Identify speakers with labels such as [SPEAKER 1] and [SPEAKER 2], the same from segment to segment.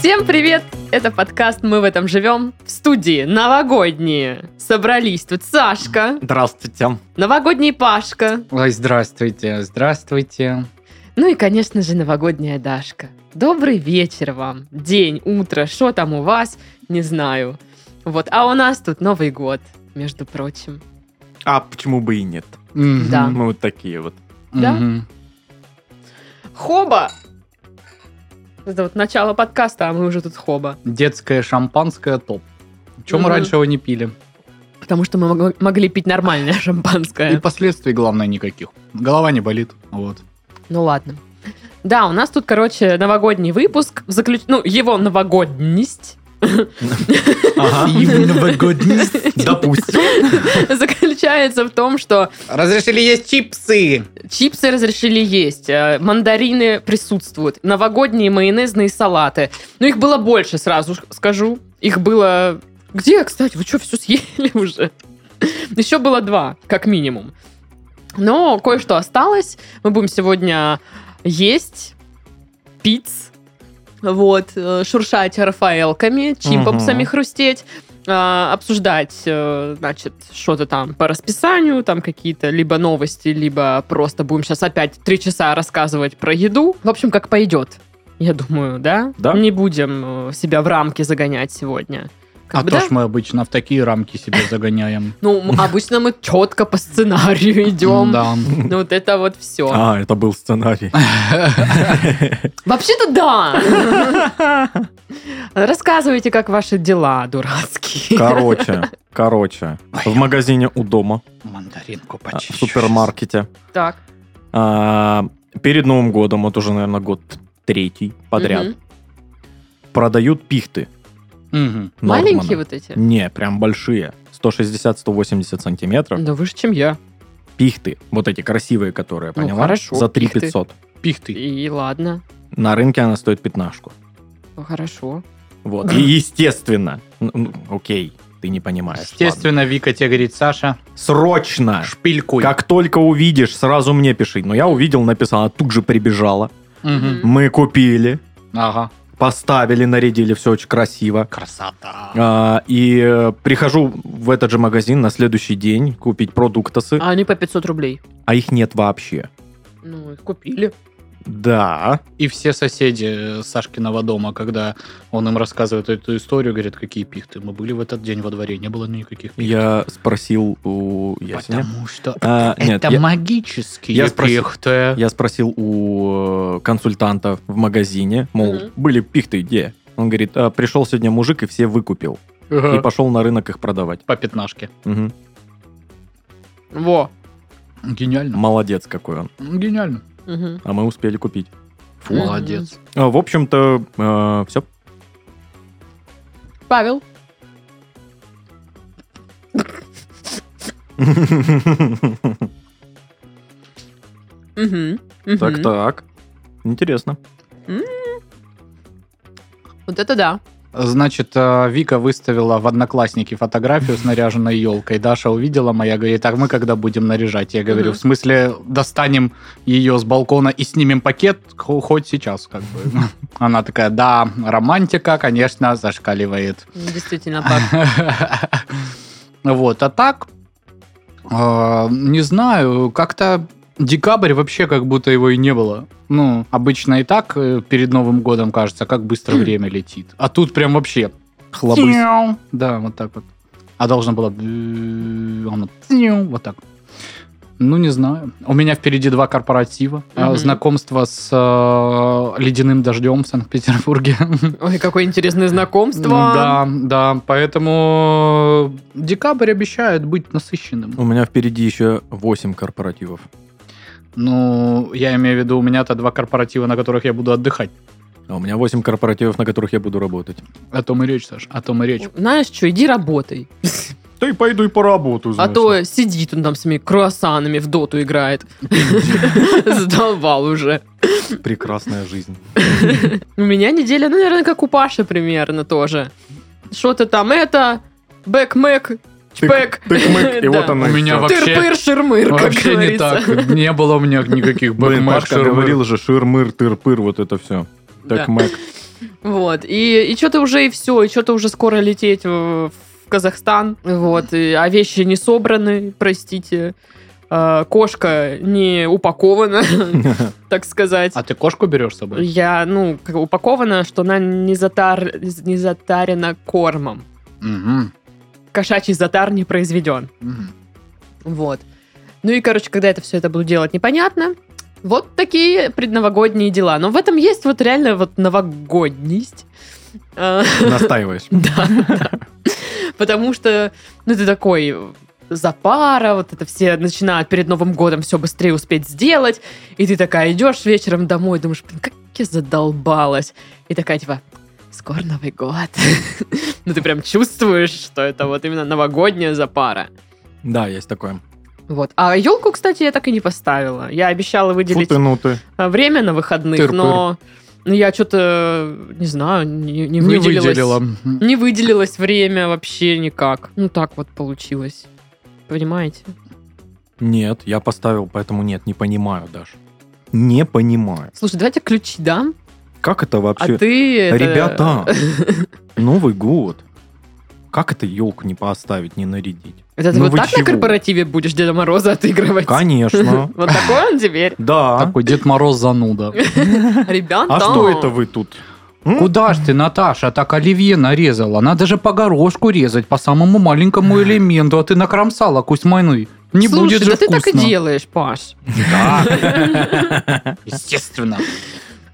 [SPEAKER 1] Всем привет! Это подкаст «Мы в этом живем» в студии новогодние. Собрались тут Сашка,
[SPEAKER 2] Здравствуйте.
[SPEAKER 1] новогодний Пашка,
[SPEAKER 2] Ой, здравствуйте, здравствуйте.
[SPEAKER 1] ну и, конечно же, новогодняя Дашка. Добрый вечер вам, день, утро, что там у вас, не знаю. Вот, а у нас тут Новый год, между прочим.
[SPEAKER 3] А почему бы и нет?
[SPEAKER 2] Мгм.
[SPEAKER 1] Да.
[SPEAKER 3] Мы вот такие вот.
[SPEAKER 1] Да?
[SPEAKER 2] Мгм.
[SPEAKER 1] Хоба! Это вот начало подкаста, а мы уже тут хоба.
[SPEAKER 2] Детское шампанское топ. Чем мы
[SPEAKER 1] Мгм.
[SPEAKER 2] раньше его не пили?
[SPEAKER 1] Потому что мы мог- могли пить нормальное
[SPEAKER 2] И
[SPEAKER 1] шампанское.
[SPEAKER 2] последствий, главное, никаких. Голова не болит. Вот.
[SPEAKER 1] Ну ладно. Да, у нас тут, короче, новогодний выпуск. в заключ- Ну, его новогодность
[SPEAKER 2] И в новогодность.
[SPEAKER 3] Допустим.
[SPEAKER 1] заключается в том, что
[SPEAKER 2] Разрешили есть чипсы.
[SPEAKER 1] чипсы разрешили есть, э, мандарины присутствуют, новогодние майонезные салаты. Ну, их было больше, сразу ж- скажу. Их было... Где, кстати? Вы что, все съели уже? Еще было два, как минимум. Но кое-что осталось. Мы будем сегодня есть, пить, вот, э, шуршать рафаэлками, чипсами
[SPEAKER 3] Мгм.
[SPEAKER 1] хрустеть, а, обсуждать, э, значит, что-то там по расписанию, там какие-то либо новости, либо просто будем сейчас опять три часа рассказывать про еду. В общем, как пойдет, я думаю, да?
[SPEAKER 3] Да.
[SPEAKER 1] Не будем э, себя в рамки загонять сегодня. Как
[SPEAKER 2] А
[SPEAKER 1] бы,
[SPEAKER 2] то
[SPEAKER 1] да?
[SPEAKER 2] ж мы обычно в такие рамки себе загоняем.
[SPEAKER 1] Ну, м- обычно мы четко по сценарию идем.
[SPEAKER 2] Да.
[SPEAKER 1] Ну, вот это вот все.
[SPEAKER 3] А, это был сценарий.
[SPEAKER 1] Вообще-то да! Рассказывайте, как ваши дела дурацкие.
[SPEAKER 3] Короче, короче. В магазине у дома,
[SPEAKER 2] Мандаринку
[SPEAKER 3] а, в
[SPEAKER 2] почищу.
[SPEAKER 3] супермаркете.
[SPEAKER 1] Так.
[SPEAKER 3] а, Перед Новым годом, вот уже, наверное, год третий подряд,
[SPEAKER 1] Мгм.
[SPEAKER 3] продают пихты.
[SPEAKER 2] Мгм.
[SPEAKER 3] Нормана.
[SPEAKER 1] Маленькие вот эти?
[SPEAKER 3] Не, прям большие. 160-180 сантиметров.
[SPEAKER 1] Да выше, чем я.
[SPEAKER 3] Пихты. Вот эти красивые, которые,
[SPEAKER 1] Ну,
[SPEAKER 3] поняла?
[SPEAKER 1] хорошо,
[SPEAKER 3] За 3
[SPEAKER 1] пихты.
[SPEAKER 3] 500.
[SPEAKER 2] Пихты.
[SPEAKER 1] И ладно.
[SPEAKER 3] На рынке она стоит пятнашку.
[SPEAKER 1] Ну, Хорошо.
[SPEAKER 3] Вот. И естественно. ну, ну, Окей, ты не понимаешь. ладно.
[SPEAKER 2] Естественно, Вика тебе говорит, Саша,
[SPEAKER 3] Срочно!
[SPEAKER 2] шпильку.
[SPEAKER 3] Как только увидишь, сразу мне пиши. Но я увидел, написала, тут же прибежала.
[SPEAKER 2] Мгм.
[SPEAKER 3] Мы купили,
[SPEAKER 2] Ага.
[SPEAKER 3] поставили, нарядили, все очень красиво.
[SPEAKER 2] Красота.
[SPEAKER 3] А, и э, прихожу в этот же магазин на следующий день купить продуктосы,
[SPEAKER 1] А они по 500 рублей.
[SPEAKER 3] а их нет вообще.
[SPEAKER 1] Ну, их купили.
[SPEAKER 3] Да.
[SPEAKER 2] И все соседи э, Сашкиного дома, когда он им рассказывает эту историю, говорят, какие пихты. Мы были в этот день во дворе, не было никаких пихт.
[SPEAKER 3] Я спросил у Ясеня.
[SPEAKER 2] Потому что
[SPEAKER 3] А, нет,
[SPEAKER 2] это
[SPEAKER 3] я-
[SPEAKER 2] магические
[SPEAKER 3] я спросил-
[SPEAKER 2] пихты.
[SPEAKER 3] Я спросил у э, консультанта в магазине, мол,
[SPEAKER 1] Мгм.
[SPEAKER 3] были пихты где? Он говорит, «А, пришел сегодня мужик и все выкупил.
[SPEAKER 2] Ага.
[SPEAKER 3] И пошел на рынок их продавать.
[SPEAKER 2] По пятнашке.
[SPEAKER 3] Мгм.
[SPEAKER 1] Во.
[SPEAKER 2] Гениально.
[SPEAKER 3] Молодец какой он.
[SPEAKER 2] Гениально.
[SPEAKER 1] Мгм.
[SPEAKER 3] А мы успели купить.
[SPEAKER 1] Мгм.
[SPEAKER 2] Молодец.
[SPEAKER 3] А, В общем-то, э, все.
[SPEAKER 1] Павел. Мгм. Мгм.
[SPEAKER 3] Так-так. Интересно.
[SPEAKER 1] Вот это да.
[SPEAKER 2] Значит, э, Вика выставила в Одноклассники фотографию с наряженной елкой. Даша увидела моя, говорит, а мы когда будем наряжать? Я говорю,
[SPEAKER 1] Мгм.
[SPEAKER 2] в смысле, достанем ее с балкона и снимем пакет хо- хоть сейчас, как бы. Она такая, да, романтика, конечно, зашкаливает.
[SPEAKER 1] Действительно, Паш.
[SPEAKER 2] Вот, а так, э, не знаю, как-то декабрь вообще как будто его и не было. Ну, обычно и так э, перед Новым годом кажется, как быстро время летит. А тут прям вообще
[SPEAKER 3] Хлобысь.
[SPEAKER 2] Тяу. Да, вот так вот. А должно было... бю- оно тяу, Вот так. Ну, не знаю. У меня впереди два корпоратива. А,
[SPEAKER 1] Мгм.
[SPEAKER 2] Знакомство с э, ледяным дождем в Санкт-Петербурге.
[SPEAKER 1] Ой, какое интересное знакомство.
[SPEAKER 2] Да, да. Поэтому э, декабрь обещает быть насыщенным.
[SPEAKER 3] У меня впереди еще 8 корпоративов.
[SPEAKER 2] Ну, я имею в виду, у меня-то два корпоратива, на которых я буду отдыхать.
[SPEAKER 3] А у меня 8 корпоративов, на которых я буду работать.
[SPEAKER 2] О том и речь, Саш, о том и речь.
[SPEAKER 1] Знаешь что, иди работай.
[SPEAKER 3] Да и пойду и поработаю.
[SPEAKER 1] А то сидит он там с своими круассанами в доту играет. Задолбал уже.
[SPEAKER 3] Прекрасная жизнь.
[SPEAKER 1] У меня неделя, ну, наверное, как у Паши примерно тоже. Что-то там это, бэк-мэк, чпэк.
[SPEAKER 3] Тык-мык, и
[SPEAKER 1] Да.
[SPEAKER 3] вот оно.
[SPEAKER 2] У
[SPEAKER 3] и
[SPEAKER 2] меня
[SPEAKER 3] всё.
[SPEAKER 2] вообще-
[SPEAKER 1] Тыр-пыр-шир-мыр, как
[SPEAKER 2] Вообще не
[SPEAKER 1] говорится.
[SPEAKER 2] так. Не было у меня никаких
[SPEAKER 3] Блин,
[SPEAKER 2] бэкмэш,
[SPEAKER 3] Пашка
[SPEAKER 2] шермы.
[SPEAKER 3] говорил же шир-мыр, тыр-пыр, вот это все.
[SPEAKER 1] Да.
[SPEAKER 3] Так, Мэг.
[SPEAKER 1] Вот. И, и что-то уже и все, и что-то уже скоро лететь в, в Казахстан. Вот. И- а вещи не собраны, простите. А, кошка не упакована, так сказать.
[SPEAKER 2] А ты кошку берешь с собой?
[SPEAKER 1] Я, ну, как упакована, что она не, затар... не затарена кормом.
[SPEAKER 2] Мгм.
[SPEAKER 1] Кошачий затар не произведен.
[SPEAKER 2] Мгм.
[SPEAKER 1] Вот. Ну и, короче, когда это все это буду делать, непонятно. Вот такие предновогодние дела. Но в этом есть вот реально вот новогодность. А,
[SPEAKER 3] Настаиваешь.
[SPEAKER 1] Да, да. Потому что, ну, ты такой запара, вот это все начинают перед Новым годом все быстрее успеть сделать, и ты такая идешь вечером домой, думаешь, блин, как я задолбалась. И такая, типа, скоро Новый год. Ну, ты прям чувствуешь, что это вот именно новогодняя запара.
[SPEAKER 3] Да, есть такое.
[SPEAKER 1] Вот. А елку, кстати, я так и не поставила. Я обещала выделить
[SPEAKER 3] ну ты.
[SPEAKER 1] а, время на выходных,
[SPEAKER 2] Тыр-пыр.
[SPEAKER 1] но но я что-то, не знаю, не, не
[SPEAKER 2] Не
[SPEAKER 1] выделилась.
[SPEAKER 2] выделила.
[SPEAKER 1] Не выделилось время вообще никак. Ну, так вот получилось. Понимаете?
[SPEAKER 3] Нет, я поставил, поэтому нет, не понимаю даже. Не понимаю.
[SPEAKER 1] Слушай, давайте ключи дам,
[SPEAKER 3] Как это вообще?
[SPEAKER 1] а ты... это-
[SPEAKER 3] Ребята, Новый год. Как это елку не поставить, не нарядить?
[SPEAKER 1] Это ты
[SPEAKER 3] ну
[SPEAKER 1] вот
[SPEAKER 3] вы
[SPEAKER 1] так на
[SPEAKER 3] чего?
[SPEAKER 1] корпоративе будешь Деда Мороза отыгрывать?
[SPEAKER 3] Конечно.
[SPEAKER 1] Вот такой он теперь.
[SPEAKER 3] Да.
[SPEAKER 2] Такой Дед Мороз зануда.
[SPEAKER 1] Ребята.
[SPEAKER 3] А что это вы тут? М?
[SPEAKER 2] Куда ж ты, Наташа, так оливье нарезала? Надо же по горошку резать, по самому маленькому элементу, а ты накромсала кузьмайны. Не
[SPEAKER 1] Слушай,
[SPEAKER 2] будет
[SPEAKER 1] да
[SPEAKER 2] же
[SPEAKER 1] ты так и
[SPEAKER 2] вкусно.
[SPEAKER 1] делаешь, Паш.
[SPEAKER 2] Да. Естественно.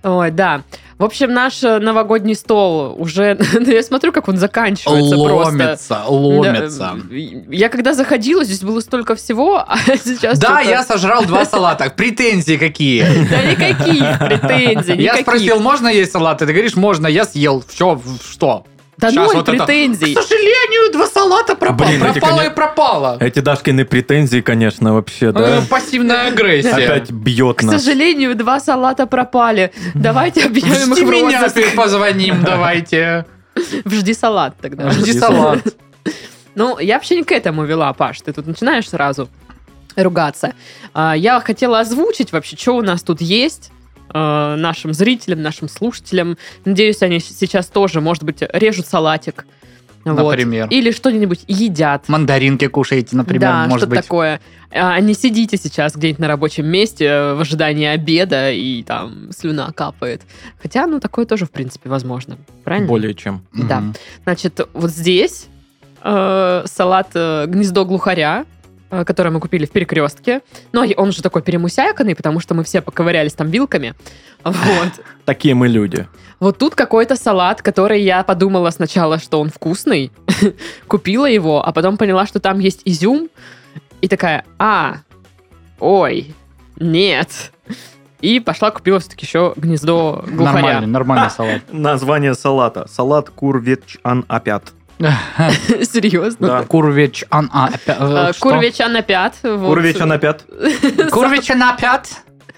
[SPEAKER 1] Ой, да. В общем, наш э, новогодний стол уже... ну, Я смотрю, как он заканчивается просто.
[SPEAKER 2] Ломится, ломится.
[SPEAKER 1] Да, э, Я когда заходила, здесь было столько всего, а сейчас...
[SPEAKER 2] Да,
[SPEAKER 1] что-то-
[SPEAKER 2] я сожрал два салата. Претензии какие?
[SPEAKER 1] Да никаких претензий,
[SPEAKER 2] Я
[SPEAKER 1] никаких.
[SPEAKER 2] спросил, можно есть салаты? Ты говоришь, можно, я съел. Все, что?
[SPEAKER 1] Да
[SPEAKER 2] Щас
[SPEAKER 1] ноль
[SPEAKER 2] вот это-
[SPEAKER 1] претензий.
[SPEAKER 2] К сожалению, два салата пропало.
[SPEAKER 3] Блин, эти,
[SPEAKER 2] пропало и
[SPEAKER 3] конечно-
[SPEAKER 2] пропало.
[SPEAKER 3] Эти Дашкины претензии, конечно, вообще,
[SPEAKER 2] Э,
[SPEAKER 3] да?
[SPEAKER 2] Пассивная агрессия.
[SPEAKER 3] Опять бьет
[SPEAKER 1] К
[SPEAKER 3] нас.
[SPEAKER 1] сожалению, два салата пропали. Давайте объявим их
[SPEAKER 2] Жди
[SPEAKER 1] в
[SPEAKER 2] меня,
[SPEAKER 1] розыск.
[SPEAKER 2] позвоним, давайте.
[SPEAKER 1] Жди салат тогда.
[SPEAKER 2] Жди
[SPEAKER 3] Жди
[SPEAKER 2] салат.
[SPEAKER 1] Ну, я вообще не к этому вела, Паш. Ты тут начинаешь сразу ругаться. А, Я хотела озвучить вообще, что у нас тут есть э, нашим зрителям, нашим слушателям. Надеюсь, они с- сейчас тоже, может быть, режут салатик. Вот.
[SPEAKER 2] Например.
[SPEAKER 1] Или что-нибудь едят.
[SPEAKER 2] Мандаринки кушаете, например,
[SPEAKER 1] да,
[SPEAKER 2] может
[SPEAKER 1] что-то
[SPEAKER 2] быть.
[SPEAKER 1] такое. А а не сидите сейчас где-нибудь на рабочем месте э, в ожидании обеда, и там слюна капает. Хотя, ну, такое тоже, в принципе, возможно. Правильно?
[SPEAKER 3] Более чем.
[SPEAKER 2] Мгм.
[SPEAKER 1] да. Значит, вот здесь э, салат э, «Гнездо глухаря», э, который мы купили в перекрестке. Но он же такой перемусяканный, потому что мы все поковырялись там вилками. Вот.
[SPEAKER 3] Такие мы люди.
[SPEAKER 1] Вот тут какой-то салат, который я подумала сначала, что он вкусный, купила его, а потом поняла, что там есть изюм, и такая, а, ой, нет. И пошла купила все-таки еще гнездо
[SPEAKER 2] Нормальный,
[SPEAKER 1] глухаря.
[SPEAKER 2] нормальный салат.
[SPEAKER 3] Название салата. Салат курвеч ан апят.
[SPEAKER 1] Серьезно?
[SPEAKER 3] Да.
[SPEAKER 2] Курвеч ан а, э,
[SPEAKER 1] Э,
[SPEAKER 2] что?
[SPEAKER 1] Курвеча на пят. вот.
[SPEAKER 3] Курвеч ан апят.
[SPEAKER 2] Курвеч ан опят.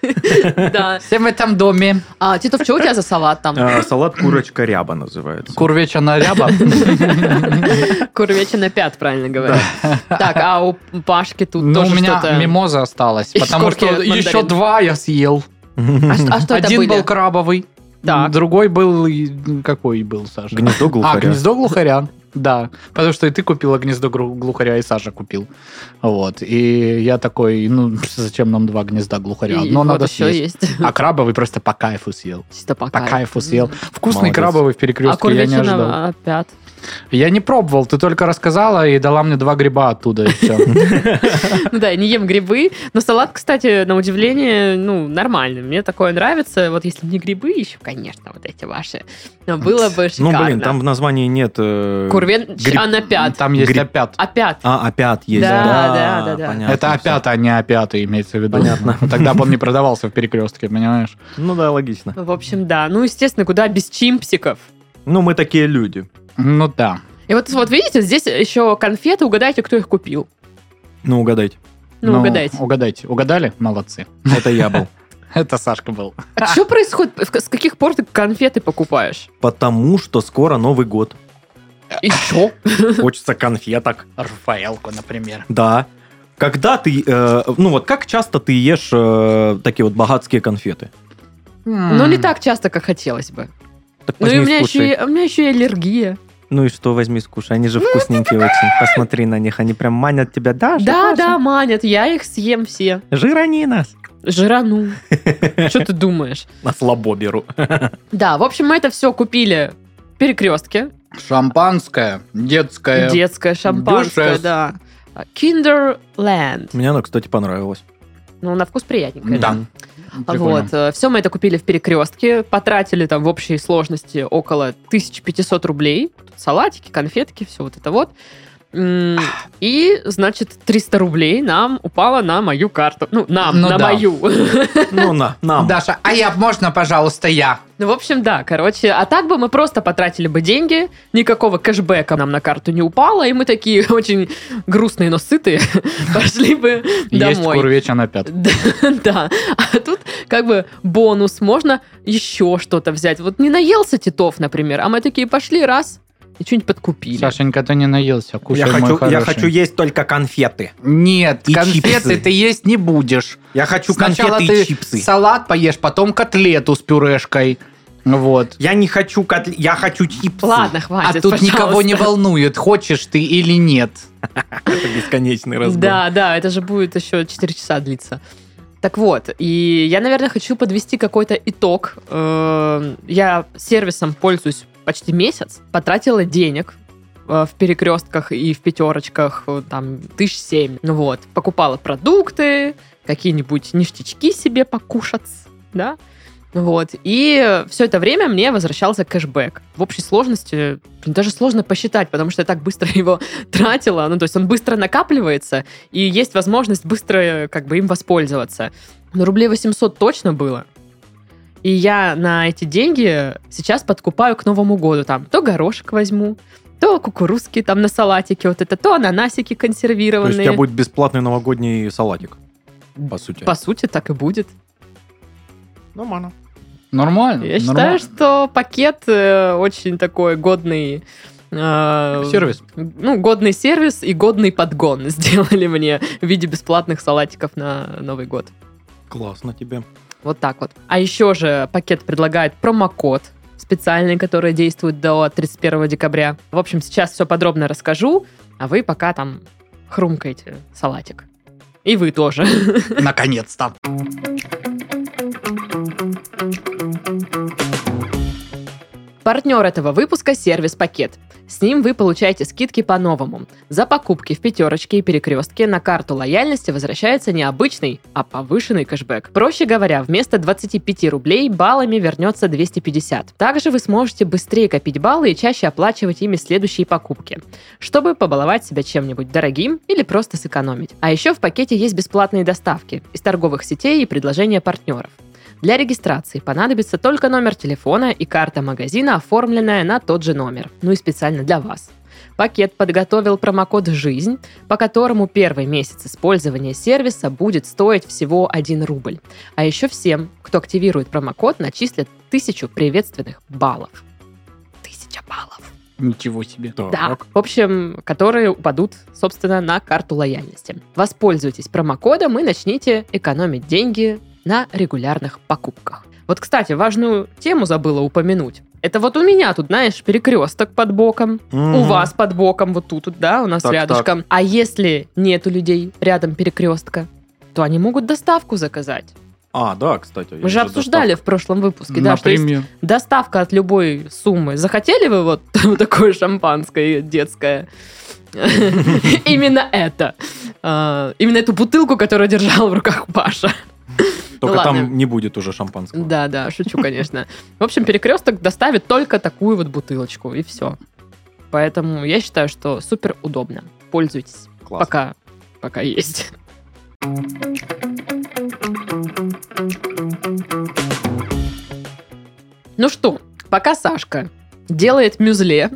[SPEAKER 1] Да.
[SPEAKER 2] Все в этом доме.
[SPEAKER 1] А, Титов, что у тебя за салат там?
[SPEAKER 3] А, Салат курочка ряба называется.
[SPEAKER 2] Курвеч ан ряба.
[SPEAKER 1] Курвеча на пят, правильно говорят. Так, а у Пашки тут
[SPEAKER 2] Ну, у
[SPEAKER 1] тоже
[SPEAKER 2] меня
[SPEAKER 1] что-то...
[SPEAKER 2] мимоза осталась,
[SPEAKER 1] И
[SPEAKER 2] потому
[SPEAKER 1] шкурки
[SPEAKER 2] что
[SPEAKER 1] мандарин.
[SPEAKER 2] еще два я съел.
[SPEAKER 1] А что- А что это
[SPEAKER 2] Один был
[SPEAKER 1] были?
[SPEAKER 2] крабовый,
[SPEAKER 1] Так.
[SPEAKER 2] другой был... и- Какой был, Саша?
[SPEAKER 3] Гнездо
[SPEAKER 2] А,
[SPEAKER 3] глухаря.
[SPEAKER 2] гнездо глухаря. Да, потому что и ты купила гнездо гру- глухаря, и Саша купил. Вот, и я такой, ну, зачем нам два гнезда глухаря?
[SPEAKER 1] И
[SPEAKER 2] Одно
[SPEAKER 1] вот
[SPEAKER 2] надо
[SPEAKER 1] еще
[SPEAKER 2] съесть.
[SPEAKER 1] есть.
[SPEAKER 2] А крабовый просто по кайфу съел.
[SPEAKER 1] Чисто по
[SPEAKER 2] По кайфу съел. Вкусный
[SPEAKER 3] Молодец.
[SPEAKER 2] крабовый в
[SPEAKER 1] А
[SPEAKER 2] перекрестке, я не
[SPEAKER 1] курвеча
[SPEAKER 2] ожидал.
[SPEAKER 1] на пят.
[SPEAKER 2] Я не пробовал, ты только рассказала и дала мне два гриба оттуда, и все.
[SPEAKER 1] Ну да, я не ем грибы. Но салат, кстати, на удивление, ну, нормальный. Мне такое нравится. Вот если бы не грибы еще, конечно, вот эти ваши. Но было бы
[SPEAKER 3] Ну,
[SPEAKER 1] шикарно.
[SPEAKER 3] блин, там в названии нет... э,
[SPEAKER 1] Курвен...
[SPEAKER 3] гриб-
[SPEAKER 1] А на пят.
[SPEAKER 2] Там есть
[SPEAKER 3] Гриб.
[SPEAKER 2] опят.
[SPEAKER 1] Опят.
[SPEAKER 3] А, опят есть.
[SPEAKER 1] Да, да, да, да.
[SPEAKER 3] понятно
[SPEAKER 2] Это
[SPEAKER 3] всё.
[SPEAKER 2] опята, а не опята, имеется в виду.
[SPEAKER 3] Понятно.
[SPEAKER 2] Тогда бы он не продавался в перекрестке, понимаешь?
[SPEAKER 3] Ну да, логично.
[SPEAKER 1] В общем, да. Ну, естественно, куда без чимпсиков.
[SPEAKER 3] Ну, мы такие люди.
[SPEAKER 2] Ну да.
[SPEAKER 1] И вот, вот видите, здесь еще конфеты. Угадайте, кто их купил.
[SPEAKER 3] Ну, угадайте.
[SPEAKER 1] Ну, угадайте.
[SPEAKER 2] Угадайте. Угадали? Молодцы.
[SPEAKER 3] Это я был.
[SPEAKER 2] Это Сашка был.
[SPEAKER 1] А что происходит? В- С каких пор ты конфеты покупаешь?
[SPEAKER 3] Потому что скоро Новый год.
[SPEAKER 1] И что?
[SPEAKER 3] Хочется конфеток.
[SPEAKER 2] Рафаэлку, например.
[SPEAKER 3] Да. Когда ты... э, ну вот, как часто ты ешь э, такие вот богатские конфеты?
[SPEAKER 1] Ну, не так часто, как хотелось бы.
[SPEAKER 3] Так
[SPEAKER 1] Ну и
[SPEAKER 3] возьми
[SPEAKER 1] у меня,
[SPEAKER 3] скушай.
[SPEAKER 1] еще, и- у меня еще и аллергия.
[SPEAKER 3] Ну и что, возьми скушай. Они
[SPEAKER 1] Ну,
[SPEAKER 3] же вкусненькие очень. Посмотри на них, они прям манят тебя. Даша,
[SPEAKER 1] да,
[SPEAKER 3] Даша,
[SPEAKER 1] да, манят, я их съем все.
[SPEAKER 3] Жирани нас.
[SPEAKER 1] Жирану. Что ты думаешь?
[SPEAKER 3] На слабо беру.
[SPEAKER 1] Да, в общем, мы это все купили в перекрестке.
[SPEAKER 2] Шампанское, детское.
[SPEAKER 1] Детское, шампанское,
[SPEAKER 2] Дюшес.
[SPEAKER 1] да. Kinderland.
[SPEAKER 3] Мне оно, кстати, понравилось.
[SPEAKER 1] Ну, на вкус приятненькое.
[SPEAKER 2] Да.
[SPEAKER 3] М.
[SPEAKER 2] Прикольно.
[SPEAKER 1] Вот, все мы это купили в перекрестке, потратили там в общей сложности около 1500 рублей. Тут салатики, конфетки, все вот это вот. М,
[SPEAKER 2] А.
[SPEAKER 1] И, значит, 300 рублей нам упало на мою карту. Ну, нам,
[SPEAKER 2] Ну
[SPEAKER 1] на
[SPEAKER 2] да.
[SPEAKER 1] мою.
[SPEAKER 3] Ну на, нам.
[SPEAKER 2] Даша, а я можно, пожалуйста, я?
[SPEAKER 1] Ну, в общем, да, короче. А так бы мы просто потратили бы деньги, никакого кэшбэка нам на карту не упало, и мы такие очень грустные, но сытые пошли бы
[SPEAKER 2] Есть
[SPEAKER 1] домой.
[SPEAKER 2] курвеча на пятку.
[SPEAKER 1] Да, да. А тут как бы бонус, можно еще что-то взять. Вот не наелся титов, например, а мы такие пошли раз и что-нибудь подкупили.
[SPEAKER 2] Сашенька, ты не наелся, кушай,
[SPEAKER 3] Я
[SPEAKER 2] мой
[SPEAKER 3] хочу, я
[SPEAKER 2] хороший.
[SPEAKER 3] хочу есть только конфеты.
[SPEAKER 2] Нет,
[SPEAKER 3] И
[SPEAKER 2] конфеты
[SPEAKER 3] чипсы.
[SPEAKER 2] ты есть не будешь.
[SPEAKER 3] Я хочу
[SPEAKER 2] Сначала
[SPEAKER 3] конфеты
[SPEAKER 2] ты
[SPEAKER 3] и чипсы.
[SPEAKER 2] салат поешь, потом котлету с пюрешкой. Вот.
[SPEAKER 3] Я не хочу котле... Я хочу чипсы.
[SPEAKER 1] Ладно,
[SPEAKER 2] А
[SPEAKER 1] хватит,
[SPEAKER 2] тут никого не
[SPEAKER 1] пожалуйста.
[SPEAKER 2] волнует, хочешь ты или нет.
[SPEAKER 3] Это бесконечный разгон.
[SPEAKER 1] Да, да, это же будет еще 4 часа длиться. Так вот, и я, наверное, хочу подвести какой-то итог. Эм, Я сервисом пользуюсь почти месяц, потратила денег э, в перекрестках и в пятерочках, э, там, тысяч семь. Ну вот, покупала продукты, какие-нибудь ништячки себе покушать, да? Вот, и все это время мне возвращался кэшбэк. В общей сложности блин, даже сложно посчитать, потому что я так быстро его тратила, ну, то есть он быстро накапливается, и есть возможность быстро э, как бы им воспользоваться. Но рублей 800 точно было. И я на эти деньги сейчас подкупаю к Новому году. Там то горошек возьму, то кукурузки там на салатике вот это, то ананасики
[SPEAKER 3] То
[SPEAKER 1] консервированные.
[SPEAKER 3] есть у тебя будет бесплатный новогодний салатик. По сути.
[SPEAKER 1] По сути, так и будет.
[SPEAKER 3] Нормально.
[SPEAKER 2] Нормально.
[SPEAKER 1] Я считаю,
[SPEAKER 2] нормально.
[SPEAKER 1] что пакет э, очень такой годный... э,
[SPEAKER 2] Сервис.
[SPEAKER 1] Ну, годный сервис и годный подгон сделали мне в виде бесплатных салатиков на Новый год.
[SPEAKER 3] Классно тебе.
[SPEAKER 1] Вот так вот. А еще же пакет предлагает промокод специальный, который действует до 31 декабря. В общем, сейчас все подробно расскажу, а вы пока там хрумкаете салатик. И вы тоже.
[SPEAKER 2] Наконец-то.
[SPEAKER 1] Партнер этого выпуска – сервис «Пакет». С ним вы получаете скидки по-новому. За покупки в пятерочке и перекрестке на карту лояльности возвращается не обычный, а повышенный кэшбэк. Проще говоря, вместо 25 рублей баллами вернется 250. Также вы сможете быстрее копить баллы и чаще оплачивать ими следующие покупки, чтобы побаловать себя чем-нибудь дорогим или просто сэкономить. А еще в пакете есть бесплатные доставки из торговых сетей и предложения партнеров. Для регистрации понадобится только номер телефона и карта магазина, оформленная на тот же номер, ну и специально для вас. Пакет подготовил промокод «Жизнь», по которому первый месяц использования сервиса будет стоить всего 1 рубль. А еще всем, кто активирует промокод, начислят тысячу приветственных баллов. Тысяча баллов.
[SPEAKER 2] Ничего себе.
[SPEAKER 1] Да.
[SPEAKER 3] Так.
[SPEAKER 1] В общем, которые упадут, собственно, на карту лояльности. Воспользуйтесь промокодом и начните экономить деньги на регулярных покупках. Вот, кстати, важную тему забыла упомянуть. Это вот у меня тут, знаешь, перекресток под боком, у
[SPEAKER 3] Мгм.
[SPEAKER 1] вас под боком, вот тут, вот, да, у нас
[SPEAKER 3] Так,
[SPEAKER 1] рядышком. А если нету людей рядом перекрестка, то они могут доставку заказать.
[SPEAKER 3] А, да, кстати.
[SPEAKER 1] Мы же обсуждали в прошлом выпуске, да, что есть
[SPEAKER 2] Например.
[SPEAKER 1] доставка от любой суммы. Захотели вы вот такое шампанское детское? Именно это. А, Именно эту бутылку, которую держал в руках Паша.
[SPEAKER 3] Только
[SPEAKER 1] Ну, ладно.
[SPEAKER 3] там не будет уже шампанского.
[SPEAKER 1] Да, да, шучу, конечно. В общем, перекресток доставит только такую вот бутылочку, и все. Поэтому я считаю, что супер удобно. Пользуйтесь.
[SPEAKER 3] Класс.
[SPEAKER 1] Пока. Пока есть. Ну что, пока Сашка делает мюзле,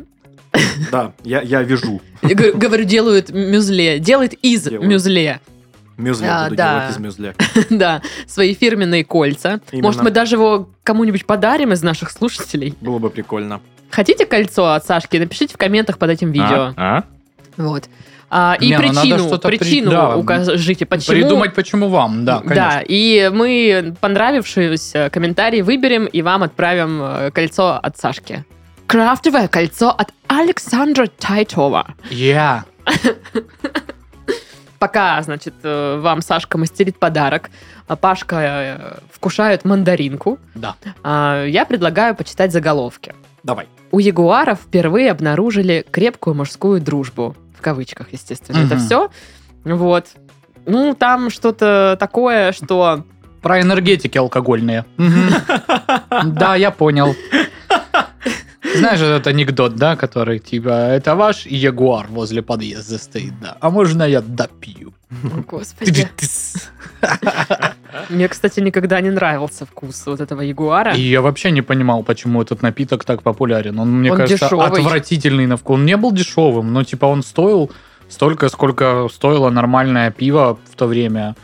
[SPEAKER 3] Да, я, я вижу.
[SPEAKER 1] и г- говорю, делают мюзле, делает из
[SPEAKER 3] Делаю.
[SPEAKER 1] мюзле,
[SPEAKER 3] Мюзли
[SPEAKER 1] А,
[SPEAKER 3] буду
[SPEAKER 1] да.
[SPEAKER 3] делать из мюзля.
[SPEAKER 1] да, свои фирменные кольца.
[SPEAKER 3] Именно.
[SPEAKER 1] Может, мы даже его кому-нибудь подарим из наших слушателей?
[SPEAKER 3] Было бы прикольно.
[SPEAKER 1] Хотите кольцо от Сашки? Напишите в комментах под этим видео.
[SPEAKER 3] А?
[SPEAKER 1] Вот. А, А, и
[SPEAKER 2] А. Не, ну, надо
[SPEAKER 1] причину,
[SPEAKER 2] что-то при-
[SPEAKER 1] причину
[SPEAKER 2] да.
[SPEAKER 1] укажите, почему.
[SPEAKER 2] Придумать, почему вам, да, конечно.
[SPEAKER 1] Да, и мы понравившийся комментарий выберем и вам отправим э, кольцо от Сашки. Крафтовое кольцо от Александра Тайтова.
[SPEAKER 2] Я.
[SPEAKER 1] Пока, значит, э, вам Сашка мастерит подарок, а Пашка э, вкушает мандаринку,
[SPEAKER 2] Да.
[SPEAKER 1] а, я предлагаю почитать заголовки.
[SPEAKER 3] Давай.
[SPEAKER 1] У ягуаров впервые обнаружили крепкую мужскую дружбу. В кавычках, естественно, это
[SPEAKER 2] Мгм.
[SPEAKER 1] все. Вот. Ну, там что-то такое, что...
[SPEAKER 2] Про энергетики алкогольные. Мгм. Да, я понял. Знаешь, этот анекдот, да, который типа, это ваш ягуар возле подъезда стоит, да. А можно я допью?
[SPEAKER 1] О, Господи. Мне, кстати, никогда не нравился вкус вот этого ягуара.
[SPEAKER 2] И я вообще не понимал, почему этот напиток так популярен. Он, мне
[SPEAKER 1] Он
[SPEAKER 2] кажется,
[SPEAKER 1] дешевый.
[SPEAKER 2] отвратительный на вкус. Он не был дешевым, но типа он стоил столько, сколько стоило нормальное пиво в то время.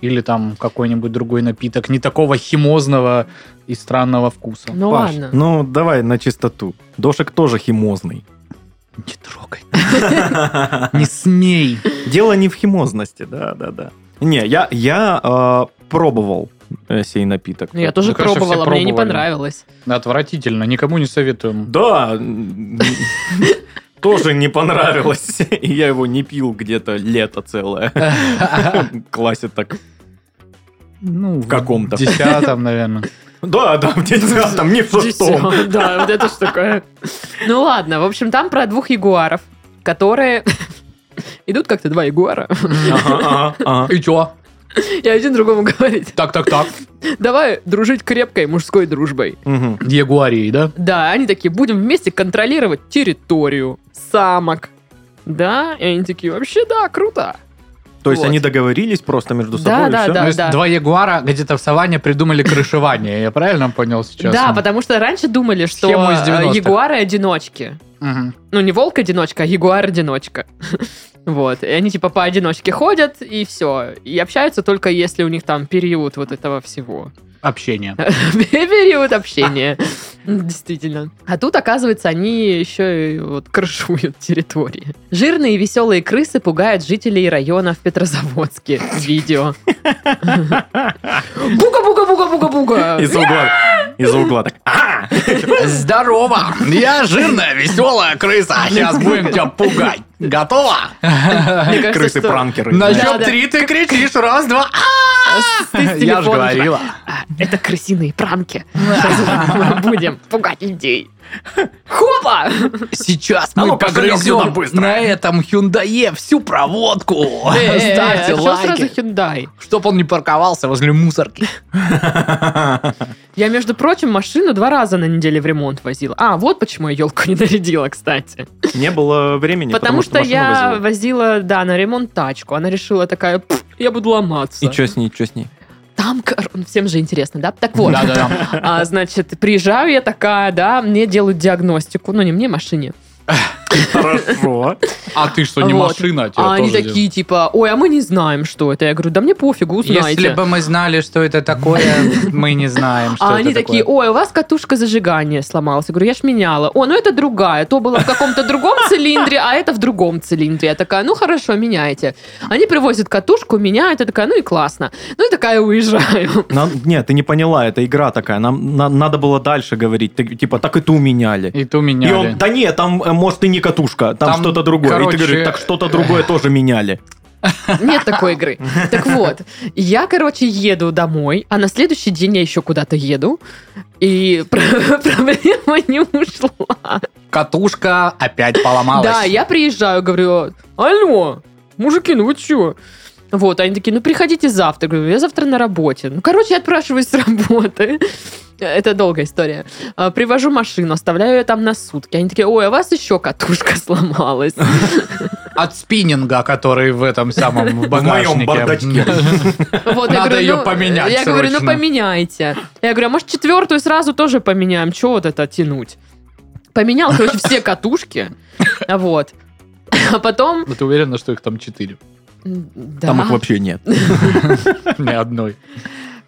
[SPEAKER 2] Или там какой-нибудь другой напиток, не такого химозного и странного вкуса.
[SPEAKER 1] Ну
[SPEAKER 3] Паш,
[SPEAKER 1] ладно.
[SPEAKER 3] ну давай на чистоту. Дошик тоже химозный.
[SPEAKER 2] Не трогай. Не смей.
[SPEAKER 3] Дело не в химозности, да, да, да. Не, я, я э, пробовал э, сей напиток.
[SPEAKER 1] Ну, я тоже
[SPEAKER 2] Ну, конечно, все
[SPEAKER 1] пробовала, мне не
[SPEAKER 2] пробовали.
[SPEAKER 1] понравилось.
[SPEAKER 2] Отвратительно, никому не советуем.
[SPEAKER 3] Да, м, тоже не понравилось. И я его не пил где-то лето целое. В классе так.
[SPEAKER 2] Ну, в
[SPEAKER 3] каком-то.
[SPEAKER 2] Десятом, наверное.
[SPEAKER 3] Да, да, в десятом, не в шестом.
[SPEAKER 1] Десё- Да, вот это что такое. Ну ладно, в общем, там про двух ягуаров, которые... Идут как-то два ягуара.
[SPEAKER 3] Ага, ага, ага.
[SPEAKER 2] И чё?
[SPEAKER 1] И один другому говорит,
[SPEAKER 2] Так, так, так.
[SPEAKER 1] давай дружить крепкой мужской дружбой.
[SPEAKER 3] Мгм.
[SPEAKER 2] Ягуарии, да?
[SPEAKER 1] Да, они такие, будем вместе контролировать территорию самок. Да, и они такие, вообще да, круто.
[SPEAKER 3] То есть
[SPEAKER 1] Вот.
[SPEAKER 3] они договорились просто
[SPEAKER 1] Да,
[SPEAKER 3] между собой? и
[SPEAKER 1] да,
[SPEAKER 3] всё?
[SPEAKER 1] да.
[SPEAKER 2] То есть два ягуара где-то в саванне придумали крышевание. Я правильно понял сейчас?
[SPEAKER 1] Да, потому что раньше думали, что
[SPEAKER 2] Схему из
[SPEAKER 1] э,
[SPEAKER 2] 90-х.
[SPEAKER 1] ягуары-одиночки.
[SPEAKER 2] Мгм.
[SPEAKER 1] Ну, не волк-одиночка, а ягуар-одиночка. Вот, и они типа поодиночке ходят, и все. И общаются только если у них там период вот этого всего.
[SPEAKER 2] Общение.
[SPEAKER 1] Период общения. Действительно. А тут, оказывается, они еще и вот крышуют территории. Жирные и веселые крысы пугают жителей района в Петрозаводске. Видео. Буга-буга-буга-буга-буга.
[SPEAKER 3] Из-за угла. Из-за угла так. «А!»
[SPEAKER 2] Здорово! Я жирная, веселая крыса. Сейчас будем тебя пугать. Готова?
[SPEAKER 1] Мне кажется, что
[SPEAKER 3] Крысы-пранкеры.
[SPEAKER 2] На
[SPEAKER 1] Да,
[SPEAKER 2] счет
[SPEAKER 1] да.
[SPEAKER 2] три ты кричишь. Раз, два. А!
[SPEAKER 1] с- с
[SPEAKER 2] Я же
[SPEAKER 1] телефона.
[SPEAKER 2] говорила.
[SPEAKER 1] А, Это крысиные пранки. Сейчас мы будем пугать людей. Хопа!
[SPEAKER 2] Сейчас
[SPEAKER 3] А
[SPEAKER 2] мы
[SPEAKER 3] ну, кошелек сюда
[SPEAKER 2] погрызем
[SPEAKER 3] быстро.
[SPEAKER 2] на этом Hyundai всю проводку. Ставьте
[SPEAKER 1] Э, всё сразу
[SPEAKER 2] лайки.
[SPEAKER 1] Hyundai.
[SPEAKER 2] Чтоб он не парковался возле мусорки.
[SPEAKER 1] Я, между прочим, машину два раза на неделю в ремонт возила. А, вот почему я елку не нарядила, кстати.
[SPEAKER 3] Не было времени,
[SPEAKER 1] потому, что,
[SPEAKER 3] машину
[SPEAKER 1] я
[SPEAKER 3] вызвали.
[SPEAKER 1] возила, да, на ремонт тачку. Она решила такая, «Пф, я буду ломаться.
[SPEAKER 3] И что с ней, что с ней?
[SPEAKER 1] Там, кор- всем же интересно, да? Так вот,
[SPEAKER 2] Да-да-да.
[SPEAKER 1] а, значит, приезжаю я такая, да, мне делают диагностику. Ну, не мне, машине.
[SPEAKER 3] Хорошо.
[SPEAKER 2] А ты что, не
[SPEAKER 1] Вот.
[SPEAKER 2] машина? тебя
[SPEAKER 1] А они
[SPEAKER 2] тоже
[SPEAKER 1] такие, типа, ой, а мы не знаем, что это. Я говорю, да мне пофигу, узнайте.
[SPEAKER 2] Если бы мы знали, что это такое, мы не знаем, что
[SPEAKER 1] А
[SPEAKER 2] это
[SPEAKER 1] они такие,
[SPEAKER 2] такое.
[SPEAKER 1] ой, у вас катушка зажигания сломалась. Я говорю, я ж меняла. О, ну это другая. То было в каком-то другом цилиндре, а это в другом цилиндре. Я такая, ну хорошо, меняйте. Они привозят катушку, меняют. Я такая, ну и классно. Ну и такая уезжаю.
[SPEAKER 3] Нам- не, ты не поняла, это игра такая. Нам на- надо было дальше говорить. Ты, типа, так и ту меняли.
[SPEAKER 2] И ту меня.
[SPEAKER 3] И он, да не, там, э, может, и не катушка, там,
[SPEAKER 2] Там,
[SPEAKER 3] что-то другое. И
[SPEAKER 2] короче,
[SPEAKER 3] ты говоришь, так что-то другое тоже меняли.
[SPEAKER 1] Нет такой игры. Так вот, я, короче, еду домой, а на следующий день я еще куда-то еду. И про- проблема не ушла.
[SPEAKER 2] Катушка опять поломалась.
[SPEAKER 1] Да, я приезжаю, говорю, алло, мужики, ну вы чё? Вот, они такие, ну приходите завтра. Говорю, я завтра на работе. Ну, короче, я отпрашиваюсь с работы. Это долгая история. А, Привожу машину, оставляю ее там на сутки. Они такие, ой, а у вас еще катушка сломалась.
[SPEAKER 2] От спиннинга, который в этом самом в багажнике.
[SPEAKER 3] моем бардачке.
[SPEAKER 1] Вот,
[SPEAKER 2] Надо её
[SPEAKER 1] ну,
[SPEAKER 2] поменять
[SPEAKER 1] Я говорю, ну
[SPEAKER 2] срочно».
[SPEAKER 1] поменяйте. Я говорю, а может четвертую сразу тоже поменяем? Чего вот это тянуть? Поменял, короче, все катушки. Вот. А потом...
[SPEAKER 2] Ну, Ты уверена, что их там четыре?
[SPEAKER 1] Да.
[SPEAKER 3] Там их вообще нет.
[SPEAKER 2] Ни одной.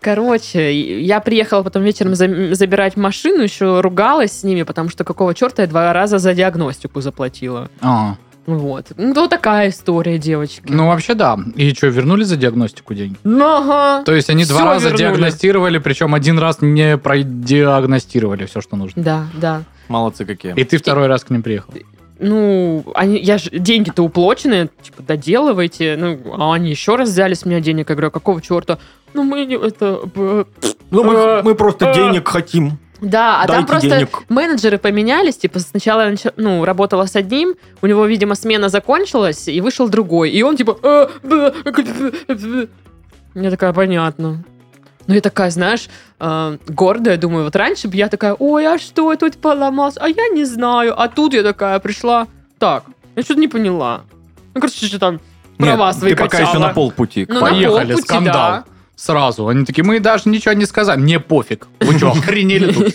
[SPEAKER 1] Короче, и- я приехала потом вечером за- забирать машину, еще ругалась с ними, потому что какого черта я два раза за диагностику заплатила.
[SPEAKER 2] А,
[SPEAKER 1] Вот. Ну, то такая история, девочки.
[SPEAKER 2] Ну, вообще, да. И что, вернули за диагностику деньги?
[SPEAKER 1] Ну, ага.
[SPEAKER 2] То есть они
[SPEAKER 1] Всё
[SPEAKER 2] два раза
[SPEAKER 1] вернули.
[SPEAKER 2] диагностировали, причем один раз не продиагностировали все, что нужно.
[SPEAKER 1] Да, да.
[SPEAKER 3] Молодцы какие.
[SPEAKER 2] И ты второй раз к ним приехал.
[SPEAKER 1] Ну, они, я ж, деньги-то уплочены, типа, доделывайте. Ну, а они еще раз взяли с меня денег. Я говорю, «А какого черта? Ну, мы не- это... б-
[SPEAKER 3] Ну,
[SPEAKER 1] Э,
[SPEAKER 3] мы, мы просто
[SPEAKER 1] э.
[SPEAKER 3] денег хотим.
[SPEAKER 1] Да, а там
[SPEAKER 3] Дайте
[SPEAKER 1] просто
[SPEAKER 3] денег.
[SPEAKER 1] менеджеры поменялись. Типа, сначала я начала- ну, работала с одним, у него, видимо, смена закончилась, и вышел другой. И он типа... «А, б, к, б, б». Я такая, понятно. Ну, я такая, знаешь, э, гордая, думаю, вот раньше бы я такая, ой, а что, я тут поломался, а я не знаю. А тут я такая пришла, так, я что-то не поняла. Ну, короче, что там, права
[SPEAKER 3] Нет,
[SPEAKER 1] свои
[SPEAKER 3] ты пока
[SPEAKER 1] качала.
[SPEAKER 3] еще на полпути.
[SPEAKER 1] Ну, на
[SPEAKER 2] Поехали,
[SPEAKER 1] полпути,
[SPEAKER 2] скандал.
[SPEAKER 1] да.
[SPEAKER 2] Сразу. Они такие, мы даже ничего не сказали. Мне пофиг. Вы что, охренели тут?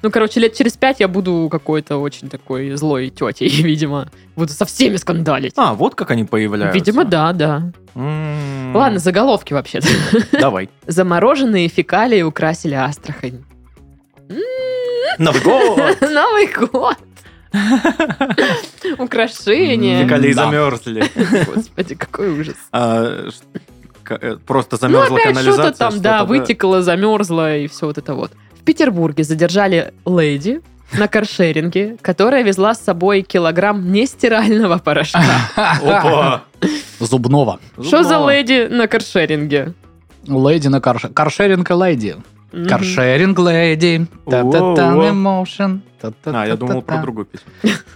[SPEAKER 1] Ну, короче, лет через пять я буду какой-то очень такой злой тетей, видимо. Буду со всеми скандалить.
[SPEAKER 3] А, вот как они появляются.
[SPEAKER 1] Видимо, да, да.
[SPEAKER 3] М,
[SPEAKER 1] Ладно, заголовки вообще-то.
[SPEAKER 3] Давай.
[SPEAKER 1] Замороженные фекалии украсили Астрахань.
[SPEAKER 3] Новый год!
[SPEAKER 1] Новый год! Украшения.
[SPEAKER 3] Фекалии
[SPEAKER 2] Да.
[SPEAKER 3] замерзли.
[SPEAKER 1] Господи, какой ужас.
[SPEAKER 3] А, ш- к- э, Просто
[SPEAKER 1] Ну,
[SPEAKER 3] замерзла
[SPEAKER 1] опять
[SPEAKER 3] канализация.
[SPEAKER 1] что-то там, да,
[SPEAKER 3] что-то,
[SPEAKER 1] вытекло, замерзло и все вот это вот. В Петербурге задержали леди на каршеринге, которая везла с собой килограмм нестирального порошка.
[SPEAKER 3] Опа!
[SPEAKER 2] Зубного.
[SPEAKER 1] Что за
[SPEAKER 3] Зубного.
[SPEAKER 1] леди на каршеринге?
[SPEAKER 2] Леди на карше. Каршеринг леди.
[SPEAKER 1] Мгм.
[SPEAKER 2] Каршеринг леди. Та-та-там
[SPEAKER 3] Воу-воу.
[SPEAKER 2] emotion. Та-та-та-та-та.
[SPEAKER 3] А, я думал про другую песню.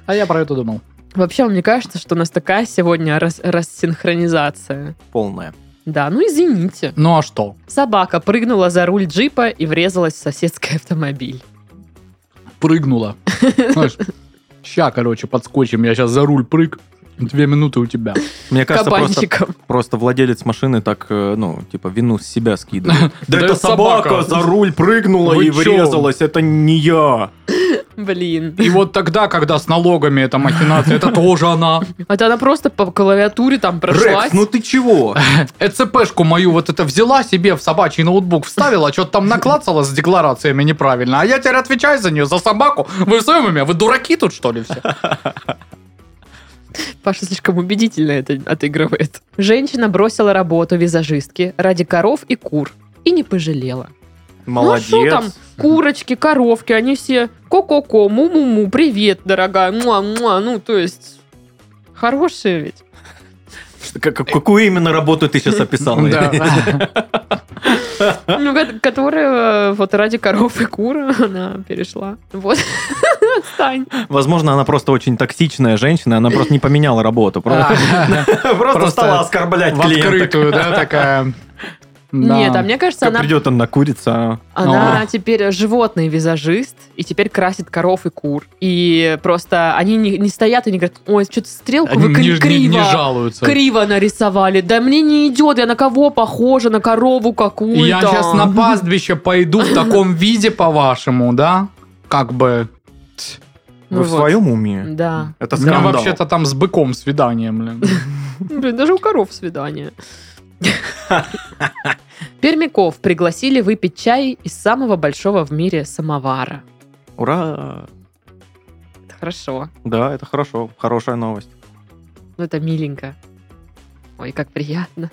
[SPEAKER 2] А я про это думал.
[SPEAKER 1] Вообще, мне кажется, что у нас такая сегодня рас- рассинхронизация.
[SPEAKER 3] Полная.
[SPEAKER 1] Да, ну извините.
[SPEAKER 2] Ну а что?
[SPEAKER 1] Собака прыгнула за руль джипа и врезалась в соседский автомобиль.
[SPEAKER 2] Прыгнула. Знаешь, ща, короче, подскочим. Я сейчас за руль прыг. Две минуты у тебя.
[SPEAKER 3] Мне кажется, просто,
[SPEAKER 1] Кабанчиком.
[SPEAKER 3] просто владелец машины так, э, ну, типа, вину с себя скидывает.
[SPEAKER 2] Да это собака.
[SPEAKER 3] руль прыгнула
[SPEAKER 2] Вы чё?
[SPEAKER 3] это не я.
[SPEAKER 1] Блин.
[SPEAKER 2] И вот тогда, когда с налогами эта махинация, это тоже она.
[SPEAKER 1] Это А она просто по клавиатуре там прошлась.
[SPEAKER 3] Рекс, ну ты чего?
[SPEAKER 2] ЭЦПшку мою вот это взяла себе в собачий ноутбук, вставила, что-то там наклацала с декларациями неправильно. А я теперь отвечаю за нее, за собаку. Вы в своем уме? Вы дураки тут, что ли, все?
[SPEAKER 1] Паша слишком убедительно это отыгрывает. Женщина бросила работу визажистки ради коров и кур. И не пожалела.
[SPEAKER 3] Молодец.
[SPEAKER 1] Ну а что там, курочки, коровки, они все ко-ко-ко, му-му-му, привет, дорогая, муа-муа, ну то есть хорошие ведь.
[SPEAKER 3] Что- как- Какую именно работу ты сейчас описал?
[SPEAKER 2] Да.
[SPEAKER 1] Ну, ко- которая э, вот ради коров и кур она перешла. Вот. Стань.
[SPEAKER 3] Возможно, она просто очень токсичная женщина, она просто не поменяла работу. Просто просто стала оскорблять
[SPEAKER 2] В
[SPEAKER 3] клиента.
[SPEAKER 2] открытую, да, такая.
[SPEAKER 1] Нет,
[SPEAKER 2] Да.
[SPEAKER 1] а мне кажется, она,
[SPEAKER 3] Придет она курица.
[SPEAKER 1] она теперь животный визажист, и теперь красит коров и кур. И просто они не, не стоят и не говорят, ой, что-то стрелку
[SPEAKER 2] Они
[SPEAKER 1] вы кри-
[SPEAKER 2] не- не-
[SPEAKER 1] криво,
[SPEAKER 2] не жалуются.
[SPEAKER 1] криво нарисовали. Да мне не идет, я на кого похожа, на корову
[SPEAKER 3] Ну
[SPEAKER 1] какую-то.
[SPEAKER 2] Я сейчас на пастбище пойду в таком виде, по-вашему, да? Как бы... ть.
[SPEAKER 1] Ну
[SPEAKER 3] Вы в
[SPEAKER 1] вот.
[SPEAKER 3] своем уме?
[SPEAKER 1] Да.
[SPEAKER 3] Это
[SPEAKER 2] У меня
[SPEAKER 3] скандал.
[SPEAKER 2] вообще-то там с быком свиданием, блин.
[SPEAKER 1] Блин, даже у коров свидание. Пермяков пригласили выпить чай из самого большого в мире самовара.
[SPEAKER 3] Ура!
[SPEAKER 1] Это хорошо.
[SPEAKER 3] Да, это хорошо. Хорошая новость.
[SPEAKER 1] Ну, это миленько. Ой, как приятно.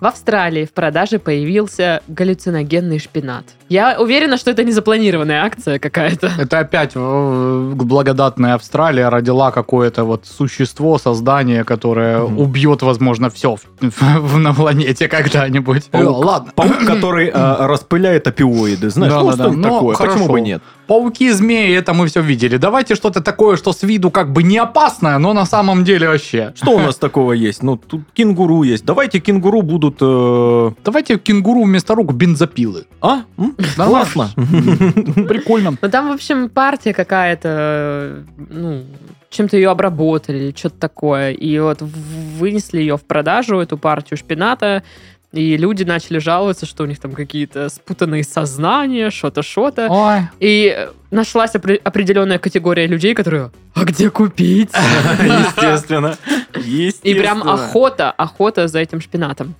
[SPEAKER 1] В Австралии в продаже появился галлюциногенный шпинат. Я уверена, что это не запланированная акция какая-то.
[SPEAKER 2] Это опять э, благодатная Австралия родила какое-то вот существо, создание, которое
[SPEAKER 3] Мгм.
[SPEAKER 2] убьет, возможно, все на планете когда-нибудь. Э,
[SPEAKER 3] Паук.
[SPEAKER 2] Ладно,
[SPEAKER 3] Паук, который э, распыляет опиоиды. Знаешь,
[SPEAKER 2] Да,
[SPEAKER 3] ну
[SPEAKER 2] да, да.
[SPEAKER 3] что-нибудь
[SPEAKER 2] Ну,
[SPEAKER 3] такое. Почему
[SPEAKER 2] хорошо.
[SPEAKER 3] бы нет?
[SPEAKER 2] пауки, змеи, это мы все видели. Давайте что-то такое, что с виду как бы не опасное, но на самом деле вообще.
[SPEAKER 3] Что у нас такого есть? Ну, тут кенгуру есть. Давайте кенгуру будут... э,
[SPEAKER 2] Давайте кенгуру вместо рук бензопилы.
[SPEAKER 3] А? М?
[SPEAKER 2] Нормально. М, Прикольно.
[SPEAKER 1] Ну, там, в общем, партия какая-то, ну, чем-то ее обработали или что-то такое. И вот в- вынесли ее в продажу, эту партию шпината, и люди начали жаловаться, что у них там какие-то спутанные сознания, что-то, что-то.
[SPEAKER 2] Ой.
[SPEAKER 1] И э, нашлась опре- определенная категория людей, которые «А где купить?»
[SPEAKER 3] Естественно.
[SPEAKER 1] И
[SPEAKER 3] Естественно.
[SPEAKER 1] прям охота, охота за этим шпинатом.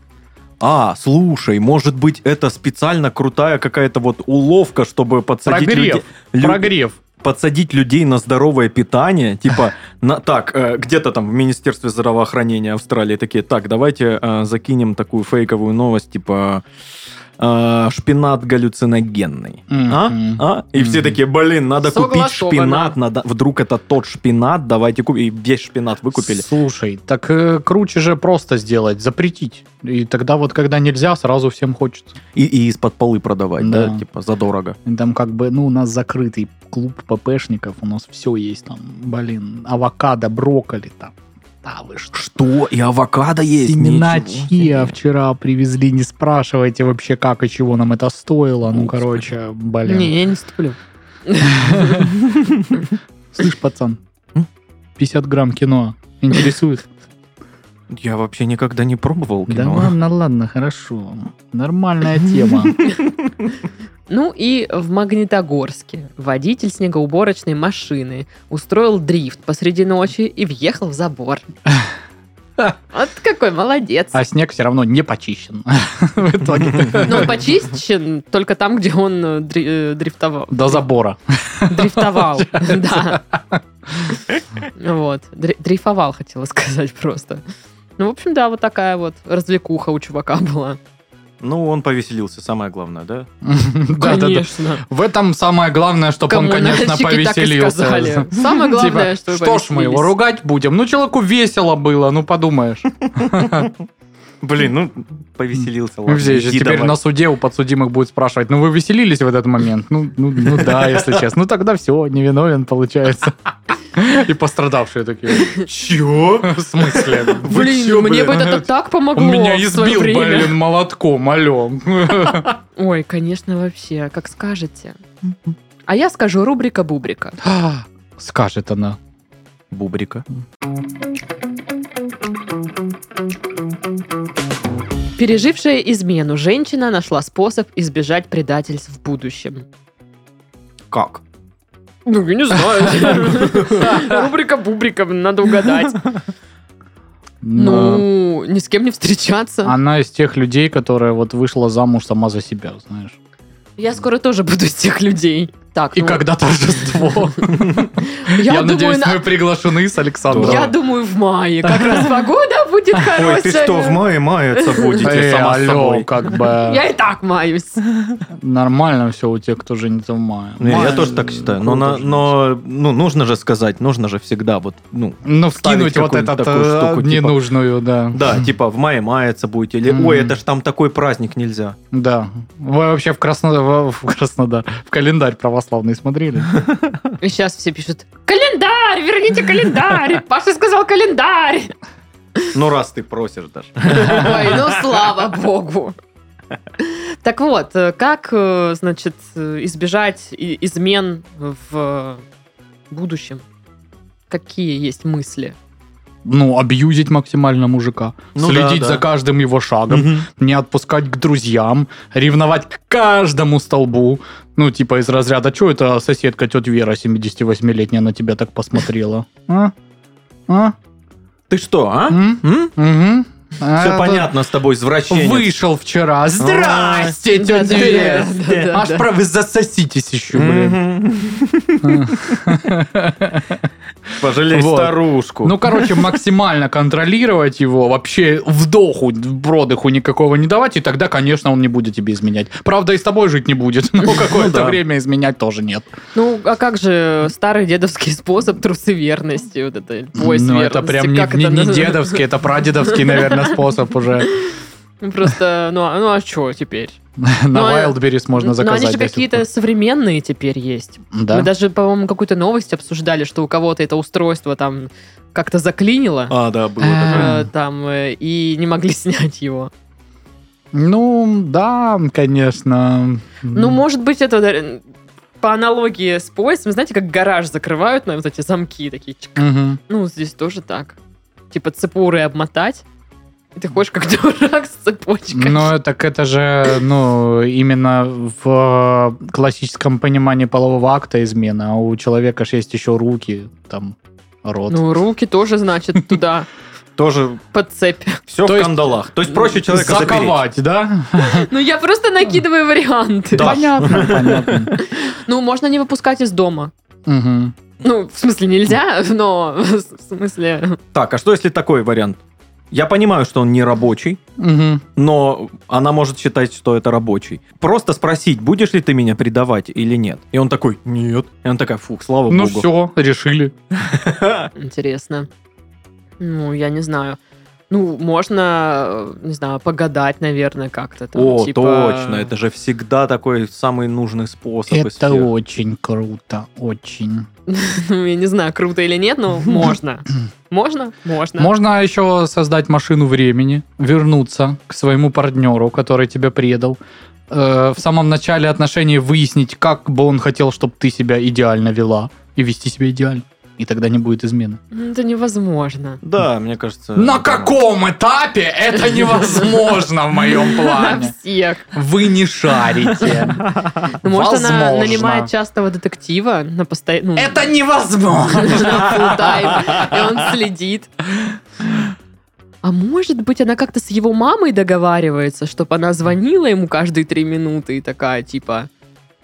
[SPEAKER 3] А, слушай, может быть, это специально крутая какая-то вот уловка, чтобы подсадить людей.
[SPEAKER 2] Прогрев. Прогрев.
[SPEAKER 3] подсадить людей на здоровое питание, типа, на, так, э, где-то там в Министерстве здравоохранения Австралии такие, так, давайте э, закинем такую фейковую новость, типа, э, шпинат галлюциногенный. А?
[SPEAKER 2] Мгм.
[SPEAKER 3] А? И все
[SPEAKER 2] Мгм.
[SPEAKER 3] такие, блин, надо купить
[SPEAKER 1] Согласовано.
[SPEAKER 3] шпинат, надо, вдруг это тот шпинат, давайте купим. И весь шпинат выкупили.
[SPEAKER 2] Слушай, так э, круче же просто сделать, запретить. И тогда вот, когда нельзя, сразу всем хочется.
[SPEAKER 3] И, и из-под полы продавать, да.
[SPEAKER 2] Да.
[SPEAKER 3] типа, задорого.
[SPEAKER 2] И Там как бы, ну, у нас закрытый клуб ППшников, у нас все есть там, блин, авокадо, брокколи там. Да вы что?
[SPEAKER 3] Что? И авокадо есть?
[SPEAKER 2] Семена
[SPEAKER 3] Ничего
[SPEAKER 2] чиа
[SPEAKER 3] себе.
[SPEAKER 2] вчера привезли, не спрашивайте вообще как и чего нам это стоило. Ну,
[SPEAKER 3] Господи.
[SPEAKER 2] короче, блин.
[SPEAKER 1] Не, я не ступлю.
[SPEAKER 2] Слышь, пацан,
[SPEAKER 3] М?
[SPEAKER 2] 50 грамм кино интересует?
[SPEAKER 3] Я вообще никогда не пробовал
[SPEAKER 2] Да
[SPEAKER 3] кино.
[SPEAKER 2] ладно, ладно, хорошо. Нормальная тема.
[SPEAKER 1] Ну и в Магнитогорске водитель снегоуборочной машины устроил дрифт посреди ночи и въехал в забор. Вот какой молодец.
[SPEAKER 2] А снег все равно не почищен в итоге.
[SPEAKER 1] Но он почищен только там, где он э, дри- э, дрифтовал.
[SPEAKER 2] До забора.
[SPEAKER 1] Дрифтовал, да. Вот, Дри- дрейфовал, хотела сказать просто. Ну, в общем, да, вот такая вот развлекуха у чувака была.
[SPEAKER 3] Ну, он повеселился, самое главное, да?
[SPEAKER 2] Да-да-да.
[SPEAKER 1] Конечно.
[SPEAKER 2] В этом самое главное, чтобы он,
[SPEAKER 1] Кому
[SPEAKER 2] конечно,
[SPEAKER 1] налетчики так и
[SPEAKER 2] повеселился.
[SPEAKER 1] сказали. Самое главное,
[SPEAKER 2] Типа,
[SPEAKER 1] что вы
[SPEAKER 2] что ж мы его
[SPEAKER 1] повеселились.
[SPEAKER 2] ругать будем? Ну, человеку весело было, ну подумаешь.
[SPEAKER 3] Блин, ну, повеселился. ладно,
[SPEAKER 2] Ну, Все еще
[SPEAKER 3] иди
[SPEAKER 2] теперь
[SPEAKER 3] давай.
[SPEAKER 2] на суде у подсудимых будет спрашивать, ну вы веселились в этот момент? Ну, ну, ну да, если честно. Ну тогда все, невиновен получается. И пострадавшие такие, чё? В смысле? Вы
[SPEAKER 1] Блин,
[SPEAKER 2] чё,
[SPEAKER 1] мне бы
[SPEAKER 2] блин?
[SPEAKER 1] это так помогло.
[SPEAKER 2] Он меня
[SPEAKER 1] в своё
[SPEAKER 2] избил,
[SPEAKER 1] время.
[SPEAKER 2] блин, молотком, алё.
[SPEAKER 1] Ой, конечно, вообще, как скажете. А я скажу рубрика Бубрика.
[SPEAKER 2] Скажет она.
[SPEAKER 3] Бубрика.
[SPEAKER 1] Пережившая измену, женщина нашла способ избежать предательств в будущем.
[SPEAKER 3] Как?
[SPEAKER 1] Ну, я не знаю. Рубрика Бубрика, надо угадать.
[SPEAKER 2] Но
[SPEAKER 1] Ну, ни с кем не встречаться.
[SPEAKER 2] Э, Она из тех людей, которая вот вышла замуж сама за себя, знаешь.
[SPEAKER 1] Я скоро тоже буду из тех людей. Так,
[SPEAKER 2] И
[SPEAKER 1] ну,
[SPEAKER 2] когда торжество.
[SPEAKER 1] я,
[SPEAKER 2] Я
[SPEAKER 1] думаю,
[SPEAKER 2] надеюсь,
[SPEAKER 1] на-
[SPEAKER 2] мы приглашены с Александром.
[SPEAKER 1] я думаю, в мае. Как раз погода будет хорошая.
[SPEAKER 3] Ой, ты что, в мае маяться будете
[SPEAKER 2] Эй,
[SPEAKER 3] сама с
[SPEAKER 2] Э, алло,
[SPEAKER 3] собой?
[SPEAKER 2] как бы
[SPEAKER 1] Я и так маюсь.
[SPEAKER 2] нормально все у тех, кто женится в мае.
[SPEAKER 3] Не, Ну, я
[SPEAKER 2] Мае
[SPEAKER 3] тоже так считаю. Но,
[SPEAKER 2] круто
[SPEAKER 3] на-
[SPEAKER 2] жениться.
[SPEAKER 3] но ну, нужно же сказать, нужно же всегда вот, ну,
[SPEAKER 2] Ну,
[SPEAKER 3] вставить
[SPEAKER 2] вкинуть вот
[SPEAKER 3] какую-нибудь
[SPEAKER 2] этот
[SPEAKER 3] такую
[SPEAKER 2] э,
[SPEAKER 3] штуку, типа-
[SPEAKER 2] ненужную, да.
[SPEAKER 3] да, типа в мае маяться будете, или
[SPEAKER 2] Мгм.
[SPEAKER 3] ой, это ж там такой праздник нельзя.
[SPEAKER 2] Да. Вы вообще в Краснодар, в Краснодар, в календарь православный смотрели?
[SPEAKER 1] И сейчас все пишут, календарь, верните календарь. Паша сказал календарь.
[SPEAKER 3] Ну, раз ты просишь даже.
[SPEAKER 1] Ой, ну слава богу. Так вот, э, как, э, значит, э, избежать и- измен в будущем? Какие есть мысли?
[SPEAKER 2] Ну, абьюзить максимально мужика,
[SPEAKER 3] Ну да,
[SPEAKER 2] следить
[SPEAKER 3] да.
[SPEAKER 2] за каждым его шагом,
[SPEAKER 3] Мгм.
[SPEAKER 2] не отпускать к друзьям, ревновать к каждому столбу. Ну, типа из разряда, что это соседка тетя Вера 78-летняя на тебя так посмотрела? А? А?
[SPEAKER 3] Ты что, а?
[SPEAKER 2] М? Угу.
[SPEAKER 3] Все понятно с тобой, извращение.
[SPEAKER 2] Вышел вчера. Здрасте, тетя
[SPEAKER 1] Да-да-да,
[SPEAKER 2] Вера.
[SPEAKER 1] да-да-да.
[SPEAKER 2] Аж про вы засоситесь еще, блин.
[SPEAKER 3] Пожалей
[SPEAKER 2] Вот.
[SPEAKER 3] старушку.
[SPEAKER 2] Ну, короче, максимально контролировать его, вообще вдоху, продыху никакого не давать, и тогда, конечно, он не будет тебе изменять. Правда, и с тобой жить не будет, но какое-то
[SPEAKER 3] Ну да.
[SPEAKER 2] время изменять тоже нет.
[SPEAKER 1] Ну, а как же старый дедовский способ трусы верности? Вот это, пояс
[SPEAKER 2] Ну,
[SPEAKER 1] верности?
[SPEAKER 2] это прям не-
[SPEAKER 1] как
[SPEAKER 2] не
[SPEAKER 1] это
[SPEAKER 2] не
[SPEAKER 1] наз-
[SPEAKER 2] дедовский, это прадедовский, наверное, способ уже.
[SPEAKER 1] Ну, Просто, ну, а- ну а что теперь? Ну,
[SPEAKER 2] На
[SPEAKER 1] а-
[SPEAKER 2] Wildberries можно
[SPEAKER 1] Но
[SPEAKER 2] заказать.
[SPEAKER 1] они же
[SPEAKER 2] да, типа. если
[SPEAKER 1] какие-то
[SPEAKER 2] вкусно.
[SPEAKER 1] современные теперь есть. Мы
[SPEAKER 2] Да.
[SPEAKER 1] даже, по-моему, какую-то новость обсуждали, что у кого-то это устройство там как-то заклинило.
[SPEAKER 3] А, да, было
[SPEAKER 2] А.
[SPEAKER 3] такое.
[SPEAKER 1] э, там э, и не могли снять его.
[SPEAKER 2] Ну, да, конечно.
[SPEAKER 1] Ну, может быть, это э, по аналогии с поясом, знаете, как гараж закрывают на вот эти замки такие. чик.
[SPEAKER 2] Мгм.
[SPEAKER 1] Ну, здесь тоже так. Типа цепуры обмотать. И ты ходишь как дурак с цепочкой.
[SPEAKER 2] Ну, так это же, ну, именно в э, классическом понимании полового акта измена, а у человека же есть еще руки, там, рот.
[SPEAKER 1] Ну, руки тоже, значит, туда,
[SPEAKER 3] Тоже
[SPEAKER 1] под цепь.
[SPEAKER 3] все
[SPEAKER 2] То
[SPEAKER 3] в
[SPEAKER 2] есть-
[SPEAKER 3] кандалах. То есть проще человека запереть.
[SPEAKER 2] Заковать, да?
[SPEAKER 1] Ну, я просто накидываю варианты.
[SPEAKER 3] Да.
[SPEAKER 2] Понятно, понятно.
[SPEAKER 1] Ну, можно не выпускать из дома.
[SPEAKER 2] Мгм.
[SPEAKER 1] Ну, в смысле, нельзя, но в смысле...
[SPEAKER 3] Так, а что если такой вариант? Я понимаю, что он не рабочий,
[SPEAKER 2] Мгм.
[SPEAKER 3] но она может считать, что это рабочий. Просто спросить, будешь ли ты меня предавать или нет. И он такой, нет. И он такая, фух, слава
[SPEAKER 2] Ну
[SPEAKER 3] богу.
[SPEAKER 2] все, решили.
[SPEAKER 1] Интересно. Ну, я не знаю. Ну, можно, э, не знаю, погадать, наверное, как-то там.
[SPEAKER 3] О,
[SPEAKER 1] типа...
[SPEAKER 3] точно, это же всегда такой самый нужный способ. из
[SPEAKER 2] Это
[SPEAKER 3] всех.
[SPEAKER 2] очень круто, очень.
[SPEAKER 1] Ну, я не знаю, круто или нет, но можно. Можно? Можно.
[SPEAKER 2] Можно еще создать машину времени, вернуться к своему партнеру, который тебя предал. Э, В самом начале отношений выяснить, как бы он хотел, чтобы ты себя идеально вела. И вести себя идеально. И тогда не будет измены.
[SPEAKER 1] Ну, Это невозможно.
[SPEAKER 3] Да, мне
[SPEAKER 1] Э,
[SPEAKER 3] кажется.
[SPEAKER 2] На
[SPEAKER 3] это-
[SPEAKER 2] каком этапе это невозможно в моем
[SPEAKER 1] На
[SPEAKER 2] плане?
[SPEAKER 1] всех.
[SPEAKER 2] Вы не шарите.
[SPEAKER 1] Ну, Может, она
[SPEAKER 2] Возможно.
[SPEAKER 1] нанимает частного детектива на ну, постоянно.
[SPEAKER 2] Это невозможно.
[SPEAKER 1] и он следит. А может быть, она как-то с его мамой договаривается, чтобы она звонила ему каждые три минуты и такая, типа,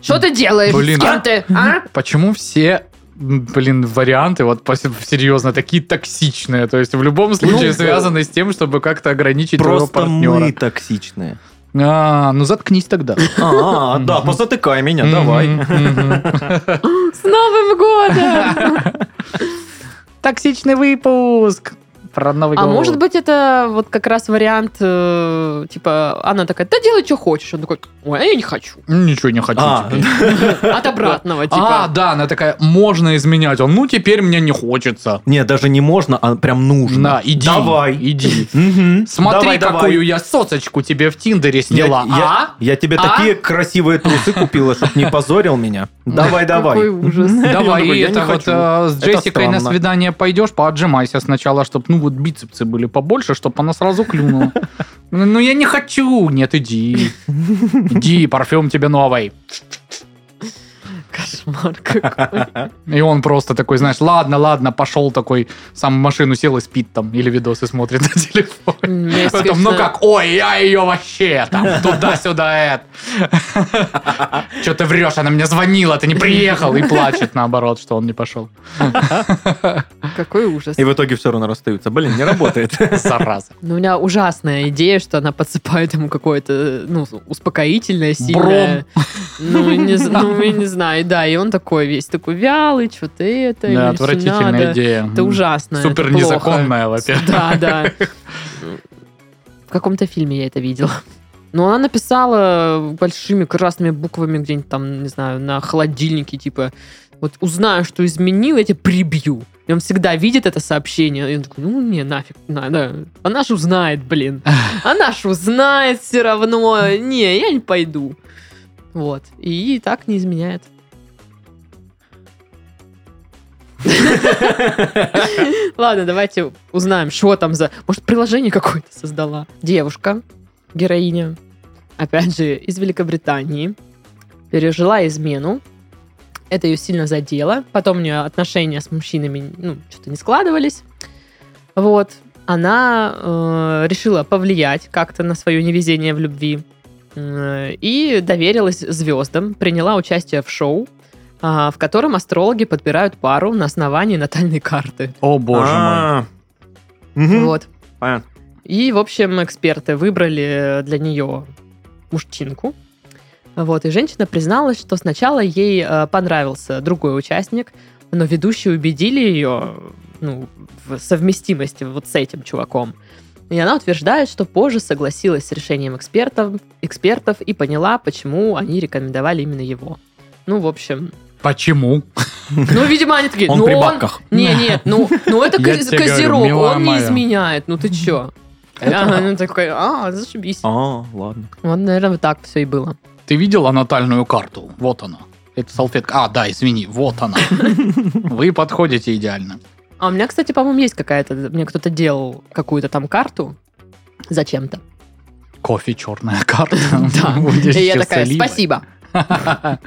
[SPEAKER 1] что ты делаешь?
[SPEAKER 2] Блин,
[SPEAKER 1] С кем
[SPEAKER 2] а?
[SPEAKER 1] ты? А?
[SPEAKER 2] Почему все м, блин, варианты, вот пос- серьезно, такие токсичные. То есть в любом случае
[SPEAKER 3] Ну,
[SPEAKER 2] связаны с тем, чтобы как-то ограничить твоего
[SPEAKER 3] Просто
[SPEAKER 2] партнера.
[SPEAKER 3] мы токсичные.
[SPEAKER 2] А, ну заткнись тогда.
[SPEAKER 3] А, да,
[SPEAKER 2] Мгм.
[SPEAKER 3] позатыкай меня,
[SPEAKER 2] Мгм,
[SPEAKER 3] давай.
[SPEAKER 2] мгм.
[SPEAKER 1] С Новым годом!
[SPEAKER 2] Токсичный выпуск. Про Новый
[SPEAKER 1] А
[SPEAKER 2] год.
[SPEAKER 1] может быть, это вот как раз вариант, э, типа, она такая, да делай, что хочешь. Он такой, ой, а я не хочу.
[SPEAKER 2] Ничего не хочу
[SPEAKER 3] А,
[SPEAKER 2] теперь.
[SPEAKER 1] От обратного,
[SPEAKER 2] А,
[SPEAKER 1] типа.
[SPEAKER 2] да, она такая, можно изменять. Он, ну теперь мне не хочется.
[SPEAKER 3] Не, даже не можно, а прям нужно.
[SPEAKER 2] На, иди.
[SPEAKER 3] Давай.
[SPEAKER 2] Иди.
[SPEAKER 3] Мгм.
[SPEAKER 2] Смотри,
[SPEAKER 3] Давай, давай.
[SPEAKER 2] какую я сосочку тебе в Тиндере
[SPEAKER 3] Я-
[SPEAKER 2] сняла.
[SPEAKER 3] я-
[SPEAKER 2] а?
[SPEAKER 3] Я тебе
[SPEAKER 2] А?
[SPEAKER 3] такие красивые трусы купила, чтобы не позорил меня.
[SPEAKER 2] А,
[SPEAKER 1] Какой
[SPEAKER 3] Давай, давай.
[SPEAKER 1] ужас.
[SPEAKER 2] Давай,
[SPEAKER 3] такой,
[SPEAKER 2] и
[SPEAKER 3] я
[SPEAKER 2] это
[SPEAKER 3] не
[SPEAKER 2] вот
[SPEAKER 3] хочу.
[SPEAKER 2] э, с
[SPEAKER 3] Это
[SPEAKER 2] Джессикой на
[SPEAKER 3] странно.
[SPEAKER 2] свидание пойдешь, поотжимайся сначала, чтобы, ну, вот бицепсы были побольше, чтобы она сразу клюнула. Ну, ну, я не хочу. Нет, иди. Иди, парфюм тебе новый.
[SPEAKER 1] Кошмар какой.
[SPEAKER 2] И он просто такой, знаешь, ладно, ладно, пошел такой, сам в машину сел и спит там, или видосы смотрит на телефон.
[SPEAKER 1] У меня есть,
[SPEAKER 2] Потом, ну
[SPEAKER 1] конечно,
[SPEAKER 2] как, ой, я ее вообще там, туда-сюда, это. Че ты врешь, она мне звонила, ты не приехал. И плачет наоборот, что он не пошел.
[SPEAKER 1] Какой ужас.
[SPEAKER 3] И в итоге все равно расстаются. Блин, не работает.
[SPEAKER 2] Зараза.
[SPEAKER 1] Ну, у меня ужасная идея, что она подсыпает ему какое-то, ну, успокоительное, сильное. Ну, не, з- ну, я не знаю, да, и он такой весь такой вялый, что ты это, мне
[SPEAKER 2] Да,
[SPEAKER 1] всё
[SPEAKER 2] отвратительная
[SPEAKER 1] надо.
[SPEAKER 2] идея.
[SPEAKER 1] Это ужасно. это
[SPEAKER 2] Супер
[SPEAKER 1] плохо.
[SPEAKER 2] незаконная, во-первых.
[SPEAKER 1] Да, да. В каком-то фильме я это видела. Но она написала большими красными буквами где-нибудь там, не знаю, на холодильнике, типа, вот узнаю, что изменил, я тебя прибью. И он всегда видит это сообщение, и он такой, ну, не, нафиг, надо. Она же узнает, блин. Она же узнает все равно. Не, я не пойду. Вот. И так не изменяет. Ладно, давайте узнаем, что там за... Может, приложение какое-то создала? Девушка, героиня, опять же, из Великобритании, пережила измену. Это ее сильно задело. Потом у нее отношения с мужчинами, ну, что-то не складывались. Вот. Она э, решила повлиять как-то на свое невезение в любви. Э, И доверилась звездам, приняла участие в шоу, а, в котором астрологи подбирают пару на основании натальной карты.
[SPEAKER 2] О, боже мой.
[SPEAKER 3] А. Мгм.
[SPEAKER 1] Вот.
[SPEAKER 3] Понятно.
[SPEAKER 1] И, в общем, эксперты выбрали для нее мужчинку. Вот, и женщина призналась, что сначала ей э, понравился другой участник, но ведущие убедили ее ну, в совместимости вот с этим чуваком. И она утверждает, что позже согласилась с решением экспертов, экспертов и поняла, почему они рекомендовали именно его. Ну, в общем.
[SPEAKER 2] Почему?
[SPEAKER 1] Ну, видимо, они такие,
[SPEAKER 3] Он
[SPEAKER 1] ну
[SPEAKER 3] при
[SPEAKER 1] он
[SPEAKER 3] бабках.
[SPEAKER 1] не, нет, ну, ну это
[SPEAKER 2] Я
[SPEAKER 1] коз-
[SPEAKER 2] тебе говорю,
[SPEAKER 1] козерог,
[SPEAKER 2] милая
[SPEAKER 1] он не
[SPEAKER 2] моя.
[SPEAKER 1] изменяет, ну ты чё? Она такая, а, зашибись.
[SPEAKER 3] А, ладно.
[SPEAKER 1] Вот, наверное, вот так все и было.
[SPEAKER 2] Ты видела натальную карту? Вот она. Это салфетка. А, да, извини, вот она. Вы подходите идеально.
[SPEAKER 1] А у меня, кстати, по-моему, есть какая-то, мне кто-то делал какую-то там карту зачем-то.
[SPEAKER 2] Кофе черная карта.
[SPEAKER 1] Да.
[SPEAKER 2] Будешь
[SPEAKER 1] И я такая,
[SPEAKER 2] счастлива.
[SPEAKER 1] спасибо.
[SPEAKER 2] А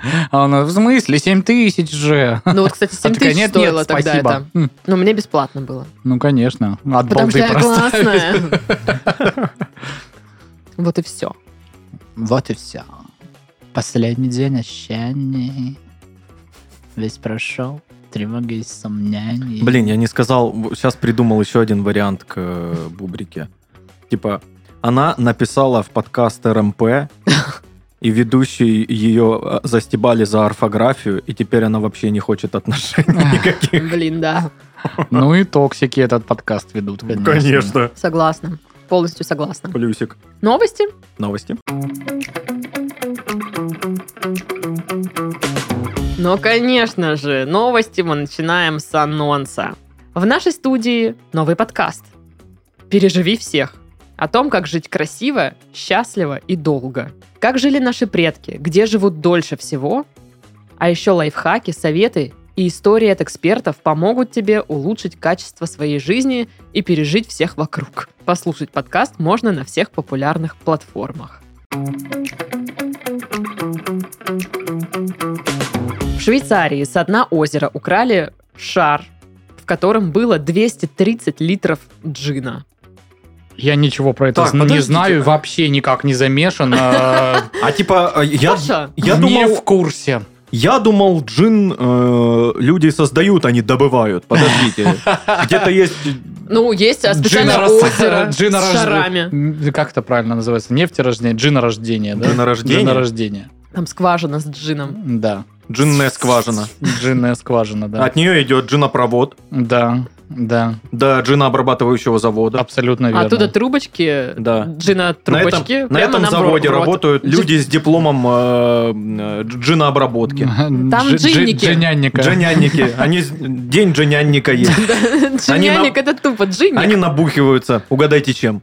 [SPEAKER 2] она, в смысле, 7 тысяч же?
[SPEAKER 1] Ну вот, кстати, 7
[SPEAKER 2] А такая,
[SPEAKER 1] тысяч стоило тогда
[SPEAKER 2] спасибо.
[SPEAKER 1] это.
[SPEAKER 2] М,
[SPEAKER 1] Но мне бесплатно было.
[SPEAKER 2] Ну, конечно. От
[SPEAKER 1] Потому что
[SPEAKER 2] балды
[SPEAKER 1] я
[SPEAKER 2] просто.
[SPEAKER 1] классная. Вот и все.
[SPEAKER 2] Вот и все. Последний день ощущений.
[SPEAKER 4] Весь прошел. Тревога и сомнений.
[SPEAKER 3] Блин, я не сказал, сейчас придумал еще один вариант к э, Бубрике. Типа, она написала в подкаст РМП, и ведущие ее э, застебали за орфографию, и теперь она вообще не хочет отношений никаких.
[SPEAKER 1] Блин, да.
[SPEAKER 2] Ну и токсики этот подкаст ведут.
[SPEAKER 1] Согласна. Полностью согласна.
[SPEAKER 3] Плюсик.
[SPEAKER 1] Новости?
[SPEAKER 3] Новости.
[SPEAKER 1] Ну, конечно же, новости мы начинаем с анонса. В нашей студии новый подкаст «Переживи всех» о том, как жить красиво, счастливо и долго. Как жили наши предки, где живут дольше всего, а еще лайфхаки, советы и истории от экспертов помогут тебе улучшить качество своей жизни и пережить всех вокруг. Послушать подкаст можно на всех популярных платформах. В Швейцарии со дна озера украли шар, в котором было 230 литров джина.
[SPEAKER 2] Я ничего про это
[SPEAKER 3] Так,
[SPEAKER 2] зн- не
[SPEAKER 3] подождите.
[SPEAKER 2] знаю, и вообще никак не замешан. э,
[SPEAKER 3] А типа, э, я,
[SPEAKER 1] Саша,
[SPEAKER 3] я
[SPEAKER 2] не
[SPEAKER 3] думал,
[SPEAKER 2] в курсе.
[SPEAKER 3] я думал, джин э, люди создают, они добывают. Подождите. Где-то есть...
[SPEAKER 1] Ну, есть а, специальное
[SPEAKER 2] Джинорос-
[SPEAKER 1] озеро с
[SPEAKER 2] джинорожде-
[SPEAKER 1] шарами.
[SPEAKER 2] М, Как это правильно называется? Нефтерождение, джинорождение, да?
[SPEAKER 3] Джинорождение?
[SPEAKER 2] Джинорождение,
[SPEAKER 1] Там скважина с джином.
[SPEAKER 2] да.
[SPEAKER 3] Джинная скважина. А
[SPEAKER 2] Джинная скважина, да.
[SPEAKER 3] От нее идет джинопровод
[SPEAKER 2] Да, да,
[SPEAKER 3] до джинообрабатывающего завода.
[SPEAKER 2] абсолютно верно.
[SPEAKER 1] А Оттуда трубочки,
[SPEAKER 3] Да.
[SPEAKER 1] джина
[SPEAKER 3] На этом,
[SPEAKER 1] А трубочки.
[SPEAKER 3] на этом заводе работают люди с дипломом э, э, джинообработки.
[SPEAKER 1] Там
[SPEAKER 2] Джи- джи-
[SPEAKER 1] джинники.
[SPEAKER 2] Джинянника.
[SPEAKER 3] Джинянники. Они... с- День джинянника есть.
[SPEAKER 1] Джинялик,
[SPEAKER 3] на-
[SPEAKER 1] это тупо джинник.
[SPEAKER 3] Они набухиваются. Угадайте, чем.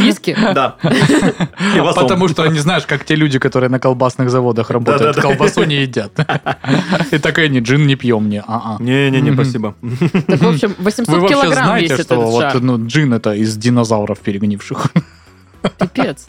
[SPEAKER 1] Виски.
[SPEAKER 3] Да. И в основном.
[SPEAKER 2] Потому что они, знаешь, как те люди, которые на колбасных заводах работают,
[SPEAKER 3] Да-да-да.
[SPEAKER 2] колбасу не едят. И такая, не, джин не пьем, не, а-а.
[SPEAKER 3] Не-не-не,
[SPEAKER 2] Мгм.
[SPEAKER 3] спасибо.
[SPEAKER 1] Так, в общем, 800
[SPEAKER 2] Вы вообще
[SPEAKER 1] Ну, килограмм
[SPEAKER 2] знаете,
[SPEAKER 1] весит
[SPEAKER 2] что
[SPEAKER 1] этот
[SPEAKER 2] вот,
[SPEAKER 1] шар.
[SPEAKER 2] ну, джин это из динозавров перегнивших?
[SPEAKER 1] Пипец.